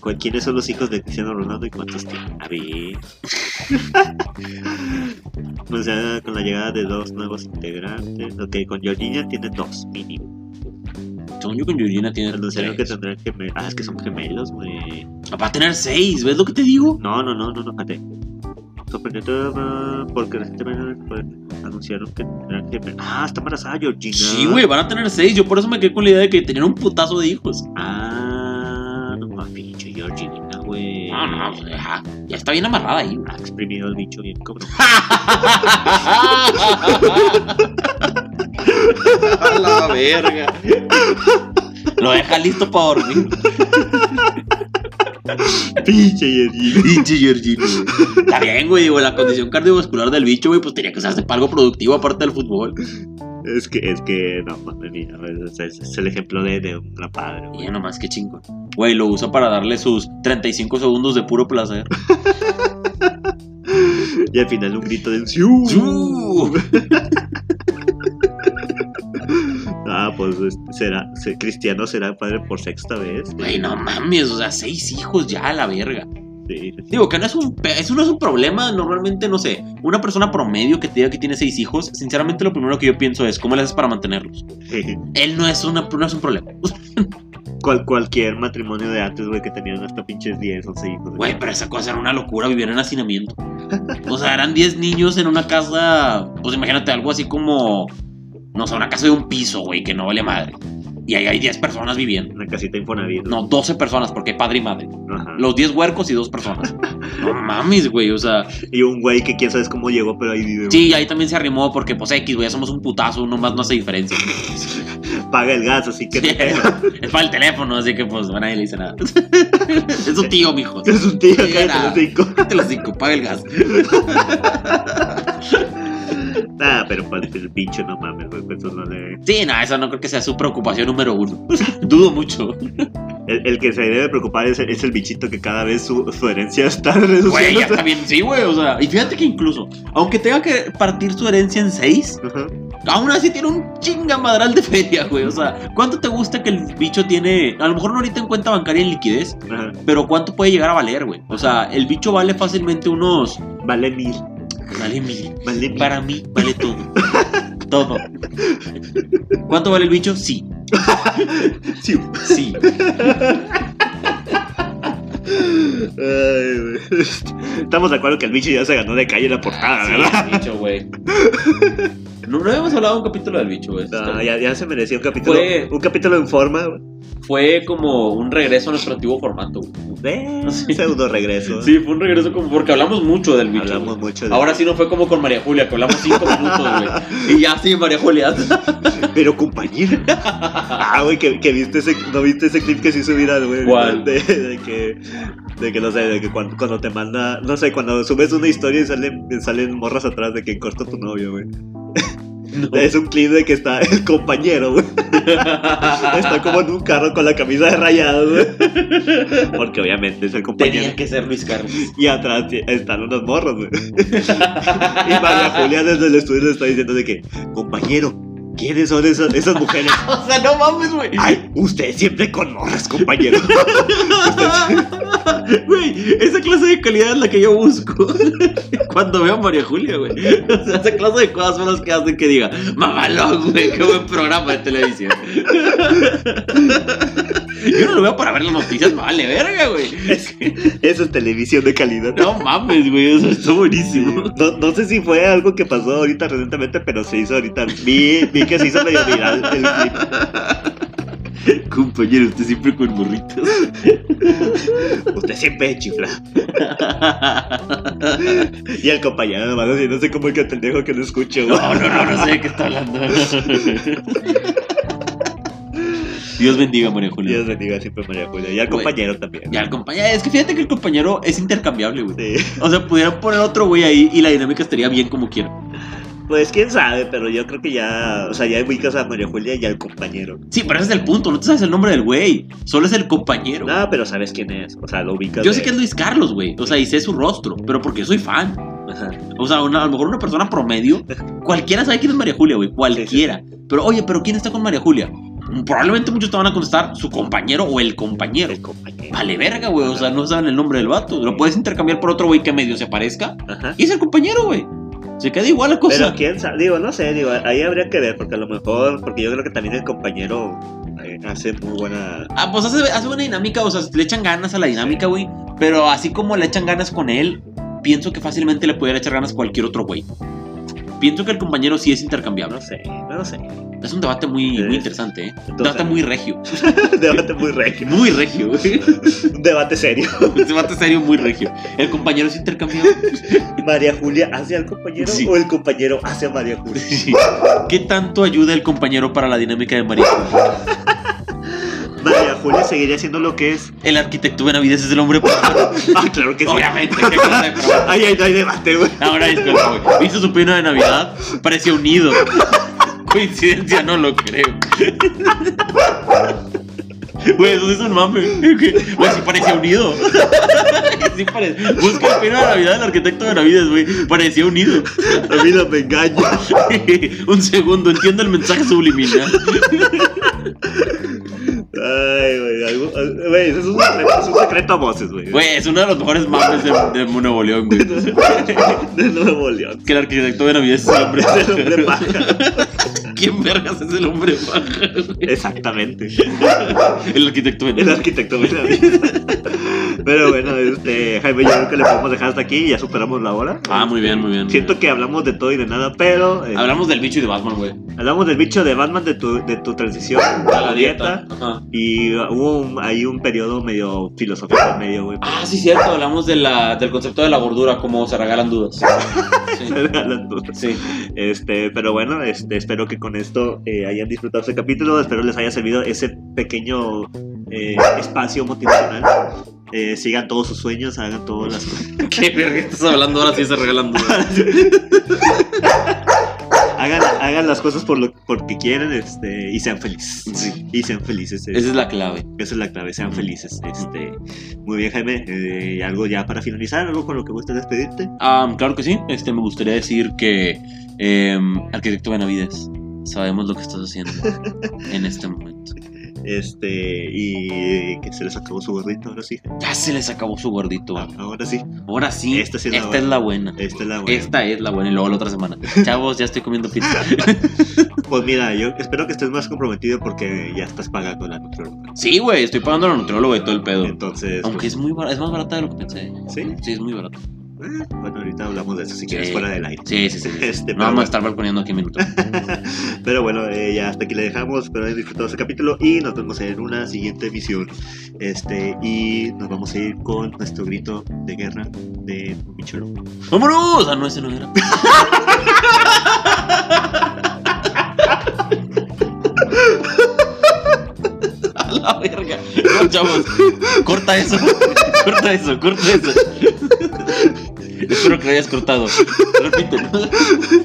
Speaker 1: ¿Cuál- ¿Quiénes son los hijos de Cristiano Ronaldo y cuántos tiene? A ver. [laughs] o sea, con la llegada de dos nuevos integrantes. Ok, con Georgina tiene dos mínimo.
Speaker 2: Según yo con Georgina tiene
Speaker 1: Anunciaron que
Speaker 2: tres.
Speaker 1: tendrán gemelos. Ah, es que son gemelos, güey.
Speaker 2: Va a tener seis, ¿ves lo que te digo?
Speaker 1: No, no, no, no, no, espérate. Sorprendente ah, porque recientemente pues, anunciaron que tendrán gemelos. Ah, está embarazada Georgina.
Speaker 2: Sí, güey, van a tener seis. Yo por eso me quedé con la idea de que tenían un putazo de hijos.
Speaker 1: Ah, no más pinche Georgina, güey.
Speaker 2: No, no, pues, ya, ya está bien amarrada ahí.
Speaker 1: Ha exprimido el bicho bien
Speaker 2: [laughs]
Speaker 1: cabrón.
Speaker 2: A la verga. Lo deja listo para dormir.
Speaker 1: [laughs] pinche Georgina.
Speaker 2: Ah, Pinche Georgino. Está bien, güey, güey, La condición cardiovascular del bicho, güey, pues tenía que usarse para algo productivo aparte del fútbol.
Speaker 1: Es que, es que, no, madre mía, es, es- es el ejemplo de, de una padre,
Speaker 2: Y
Speaker 1: güey.
Speaker 2: ya nomás, qué chingo. Güey, lo usa para darle sus 35 segundos de puro placer.
Speaker 1: Y al final un grito de un ¡siu!
Speaker 2: ¡Siu!
Speaker 1: [laughs] Ah, pues este, será, se- Cristiano será padre por sexta vez.
Speaker 2: Güey, no mames, o sea, seis hijos ya a la verga.
Speaker 1: Sí, [laughs]
Speaker 2: Digo que no es un pe- eso no es un problema, normalmente no sé, una persona promedio que te diga que tiene seis hijos, sinceramente lo primero que yo pienso es cómo le haces para mantenerlos.
Speaker 1: sí.
Speaker 2: Él no es una no es un problema.
Speaker 1: Cual, cualquier matrimonio de antes, güey, que tenían hasta pinches 10, 11 hijos.
Speaker 2: Güey, pero esa cosa era una locura vivir en hacinamiento. O sea, eran 10 niños en una casa, pues imagínate algo así como no sé, una casa de un piso, güey, que no vale madre. Y ahí hay 10 personas viviendo.
Speaker 1: Una casita Infonavit.
Speaker 2: No, 12 personas porque hay padre y madre.
Speaker 1: Ajá.
Speaker 2: Los 10 huercos y dos personas. No mames, güey, o sea,
Speaker 1: Y un güey que quién sabe cómo llegó, pero ahí vive.
Speaker 2: Sí, ahí también se arrimó porque, pues, X, güey, ya somos un putazo, uno más no hace diferencia.
Speaker 1: güey. Paga el gas, así que. [laughs]
Speaker 2: [laughs] es para el teléfono, así que, pues, a nadie le dice nada. [laughs] es tu tío, mijo.
Speaker 1: es un tío,
Speaker 2: Sí,
Speaker 1: cállate
Speaker 2: era.
Speaker 1: los cinco.
Speaker 2: Te lo cinco, paga el gas.
Speaker 1: Ah, pero para el pinche no mames, güey, pues, eso no le.
Speaker 2: Sí, nada, esa no creo que sea su preocupación número uno. [laughs] Dudo mucho.
Speaker 1: El, el que se debe preocupar es el, es el bichito que cada vez su, su herencia está reduciendo.
Speaker 2: Güey, ya está bien, sí, güey, o sea. Y fíjate que incluso, aunque tenga que partir su herencia en seis,
Speaker 1: Ajá.
Speaker 2: aún así tiene un chingamadral de feria, güey. O sea, ¿cuánto te gusta que el bicho tiene? A lo mejor no ahorita en cuenta bancaria en liquidez,
Speaker 1: Ajá.
Speaker 2: pero ¿cuánto puede llegar a valer, güey? O sea, el bicho vale fácilmente unos.
Speaker 1: Vale mil.
Speaker 2: Vale mil.
Speaker 1: Vale mil.
Speaker 2: Para mí
Speaker 1: [laughs]
Speaker 2: vale todo. todo. ¿Cuánto vale el bicho? Sí,
Speaker 1: Sí. [laughs]
Speaker 2: sí.
Speaker 1: Ay, güey. Estamos de acuerdo que el bicho ya se ganó de calle la portada,
Speaker 2: Sí,
Speaker 1: Ah, ¿verdad?
Speaker 2: el bicho, güey. No, no habíamos hablado de un capítulo del bicho, güey. Este,
Speaker 1: No, Ah, ya, ya se merecía un capítulo.
Speaker 2: Fue-
Speaker 1: Un capítulo en forma, güey.
Speaker 2: Fue como un regreso a nuestro antiguo formato, güey.
Speaker 1: de
Speaker 2: Sí.
Speaker 1: pseudo regreso.
Speaker 2: Sí, fue un regreso como porque hablamos mucho del bicho.
Speaker 1: Hablamos
Speaker 2: güey.
Speaker 1: mucho de
Speaker 2: [laughs] Ahora sí no fue como con María Julia, que hablamos cinco minutos, güey. Y ya sí, María Julia. [laughs]
Speaker 1: Pero compañía. ah, güey, que, que viste ese, ¿no viste ese clip que sí subirán, güey?
Speaker 2: ¿Cuál?
Speaker 1: De, de que, de que, no sé, de que cuando, cuando te manda, no sé, cuando subes una historia y salen, salen morras atrás de que cortó tu novio, güey. Es un clip de que está el compañero, güey. Está como en un carro con la camisa de rayado, güey. Porque obviamente es el compañero.
Speaker 2: Tenía que ser Luis Carlos.
Speaker 1: Y atrás ti- están unos morros, güey. [laughs] Y María Julia desde el estudio le está diciendo de que, compañero, ¿quiénes son esas, esas mujeres?
Speaker 2: [laughs] O sea, no mames, güey.
Speaker 1: Ay, usted siempre con morras, compañero.
Speaker 2: [laughs] Güey, esa clase de calidad es la que yo busco [laughs] cuando veo a María Julia, güey. [laughs] O sea, esa clase de cosas son las que hacen que diga, mamalón, güey, qué buen programa de televisión. [laughs] Yo no lo veo para ver las noticias, vale, verga, güey.
Speaker 1: Es- [laughs] eso es televisión de calidad.
Speaker 2: No mames, güey, eso está buenísimo.
Speaker 1: No, no sé si fue algo que pasó ahorita recientemente, pero se hizo ahorita. Vi, vi que se hizo medio viral el clip.
Speaker 2: [laughs] Compañero, usted siempre con morritos.
Speaker 1: Usted siempre chifla. Y el compañero nomás así, no sé cómo el que pendejo que no escucho, güey.
Speaker 2: No, no, no, no sé de qué está hablando. Dios bendiga, María Julia.
Speaker 1: Dios bendiga siempre a María Julia. Y al
Speaker 2: Güey.
Speaker 1: compañero también.
Speaker 2: Ya, el compañero, es que fíjate que el compañero es intercambiable, güey.
Speaker 1: Sí.
Speaker 2: O sea, pudieran poner otro güey ahí y la dinámica estaría bien como quiera.
Speaker 1: Pues quién sabe, pero yo creo que ya, o sea, ya ubicas a María Julia y al compañero.
Speaker 2: Sí, pero ese es el punto. No te sabes el nombre del güey. Solo es el compañero.
Speaker 1: No, pero sabes quién es, o sea, lo ubicas.
Speaker 2: Yo sé
Speaker 1: de-
Speaker 2: que es Luis Carlos, güey. O sea, y sé su rostro. Pero porque soy fan.
Speaker 1: Ajá.
Speaker 2: O sea, una- a lo mejor una persona promedio, cualquiera sabe quién es María Julia, güey, cualquiera. Pero oye, pero ¿quién está con María Julia? Probablemente muchos te van a contestar su compañero o el compañero.
Speaker 1: El compañero.
Speaker 2: Vale verga, güey, o sea, no saben el nombre del vato. Lo puedes intercambiar por otro güey que medio se parezca
Speaker 1: Ajá.
Speaker 2: y es el compañero, güey. Se queda igual la cosa.
Speaker 1: Pero quién sabe, digo, no sé, digo, ahí habría que ver, porque a lo mejor, porque yo creo que también el compañero eh, hace muy buena.
Speaker 2: Ah, pues hace, hace una dinámica, o sea, le echan ganas a la dinámica, güey. Pero así como le echan ganas con él, pienso que fácilmente le pudiera echar ganas cualquier otro güey. Pienso que el compañero sí es intercambiable.
Speaker 1: No sé, no sé. [laughs]
Speaker 2: Es un debate muy,
Speaker 1: Sí.
Speaker 2: muy interesante, ¿eh? Un
Speaker 1: Entonces-
Speaker 2: debate muy regio.
Speaker 1: Un debate muy regio.
Speaker 2: Muy regio, güey. [laughs]
Speaker 1: Un debate serio.
Speaker 2: Un debate serio muy regio. El compañero se intercambió.
Speaker 1: ¿María Julia hace al compañero
Speaker 2: Sí.
Speaker 1: o el compañero hace a María Julia?
Speaker 2: [laughs] Sí. ¿Qué tanto ayuda el compañero para la dinámica de María?
Speaker 1: María Julia seguiría siendo lo que es. [laughs]
Speaker 2: El arquitecto Benavides es el hombre perfecto.
Speaker 1: Ah, claro que sí.
Speaker 2: Obviamente,
Speaker 1: [laughs]
Speaker 2: qué cosa de pro-
Speaker 1: Ay, ay, no hay debate, güey.
Speaker 2: [laughs] Ahora disculpa, güey. ¿Viste su pino de Navidad? Parecía unido. Coincidencia, no lo creo. Güey, eso es un mame. Güey, sí parecía unido. [laughs] Sí parecía. Busca el pino de Navidad del arquitecto Benavides, güey. Parecía unido.
Speaker 1: A mí no me engaña.
Speaker 2: [laughs] Un segundo, entiendo el mensaje subliminal.
Speaker 1: Ay, güey, algo- al- güey, eso es un secreto, es un secreto a voces, güey.
Speaker 2: Güey, es uno de los mejores mames de, de Nuevo León, güey.
Speaker 1: De Nuevo León.
Speaker 2: Que el arquitecto de Navidad es [laughs] el hombre
Speaker 1: Es el hombre paja.
Speaker 2: ¿Quién vergas es el hombre paja? güey?
Speaker 1: Exactamente.
Speaker 2: El arquitecto de
Speaker 1: El
Speaker 2: Navidad.
Speaker 1: arquitecto, mira. Pero bueno, este, Jaime, yo creo que le podemos dejar hasta aquí. Ya superamos la hora.
Speaker 2: Ah, muy bien, muy bien.
Speaker 1: Siento que hablamos de todo y de nada, pero eh,
Speaker 2: Hablamos del bicho y de Batman, güey.
Speaker 1: hablamos del bicho de Batman, de tu, de tu transición a la dieta.
Speaker 2: Ajá.
Speaker 1: Y hubo un, ahí un periodo medio filosófico en medio, [laughs] güey.
Speaker 2: Ah, sí, cierto. Hablamos de la, del concepto de la gordura, cómo se regalan dudas. Sí. Sí.
Speaker 1: Este, pero bueno, este, espero que con esto eh, hayan disfrutado este capítulo. Espero les haya servido ese pequeño eh, espacio motivacional. Eh, sigan todos sus sueños, hagan todas las cosas.
Speaker 2: ¿Qué verga estás hablando ahora sí se regalan dudas?
Speaker 1: Hagan, hagan las cosas por lo porque quieren este, y sean felices.
Speaker 2: Sí.
Speaker 1: Y sean felices. eh.
Speaker 2: [laughs] Esa es la clave.
Speaker 1: Esa es la clave, sean felices. Este, muy bien, Jaime. eh, algo ya para finalizar, algo con lo que gustes despedirte.
Speaker 2: Ah, claro que sí. Este, me gustaría decir que, em, arquitecto Benavides, sabemos lo que estás haciendo en este momento.
Speaker 1: Este, y que se les acabó su gorrito, ahora sí.
Speaker 2: Ya se les acabó su gordito. güey.
Speaker 1: Ahora sí.
Speaker 2: Ahora sí,
Speaker 1: Esta
Speaker 2: esta,
Speaker 1: sí es la
Speaker 2: es la buena.
Speaker 1: Esta es la buena.
Speaker 2: Esta es la buena y luego la otra semana. Chavos, ya estoy comiendo pizza.
Speaker 1: Pues mira, yo espero que estés más comprometido porque ya estás pagando la nutrióloga.
Speaker 2: Sí, güey, estoy pagando la nutrióloga y todo el pedo.
Speaker 1: Entonces,
Speaker 2: Aunque es muy bar- es más barata de lo que pensé.
Speaker 1: pues, ¿sí?
Speaker 2: Sí, es muy barata.
Speaker 1: Eh, Bueno, ahorita hablamos de eso si quieres
Speaker 2: Sí.
Speaker 1: fuera del aire.
Speaker 2: Sí, sí, sí. sí.
Speaker 1: Este, pero
Speaker 2: no vamos
Speaker 1: bueno.
Speaker 2: a estar balconeando aquí minutos. [laughs]
Speaker 1: Pero bueno, eh, ya hasta aquí le dejamos. Espero hayan disfrutado este capítulo y nos vemos en una siguiente emisión. Este, y nos vamos a ir con nuestro grito de guerra de Micholo.
Speaker 2: ¡Vámonos! Ah, no, ese no era. [laughs] A la verga. No, chavos. Corta eso. Corta eso, corta eso. Espero que lo hayas cortado. Repítelo.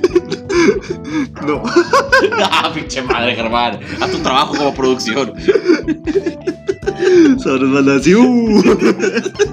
Speaker 2: [laughs]
Speaker 1: No.
Speaker 2: Ah, pinche madre, Germán. Haz tu trabajo como producción.
Speaker 1: [laughs] Sorry, mala, sí, uh.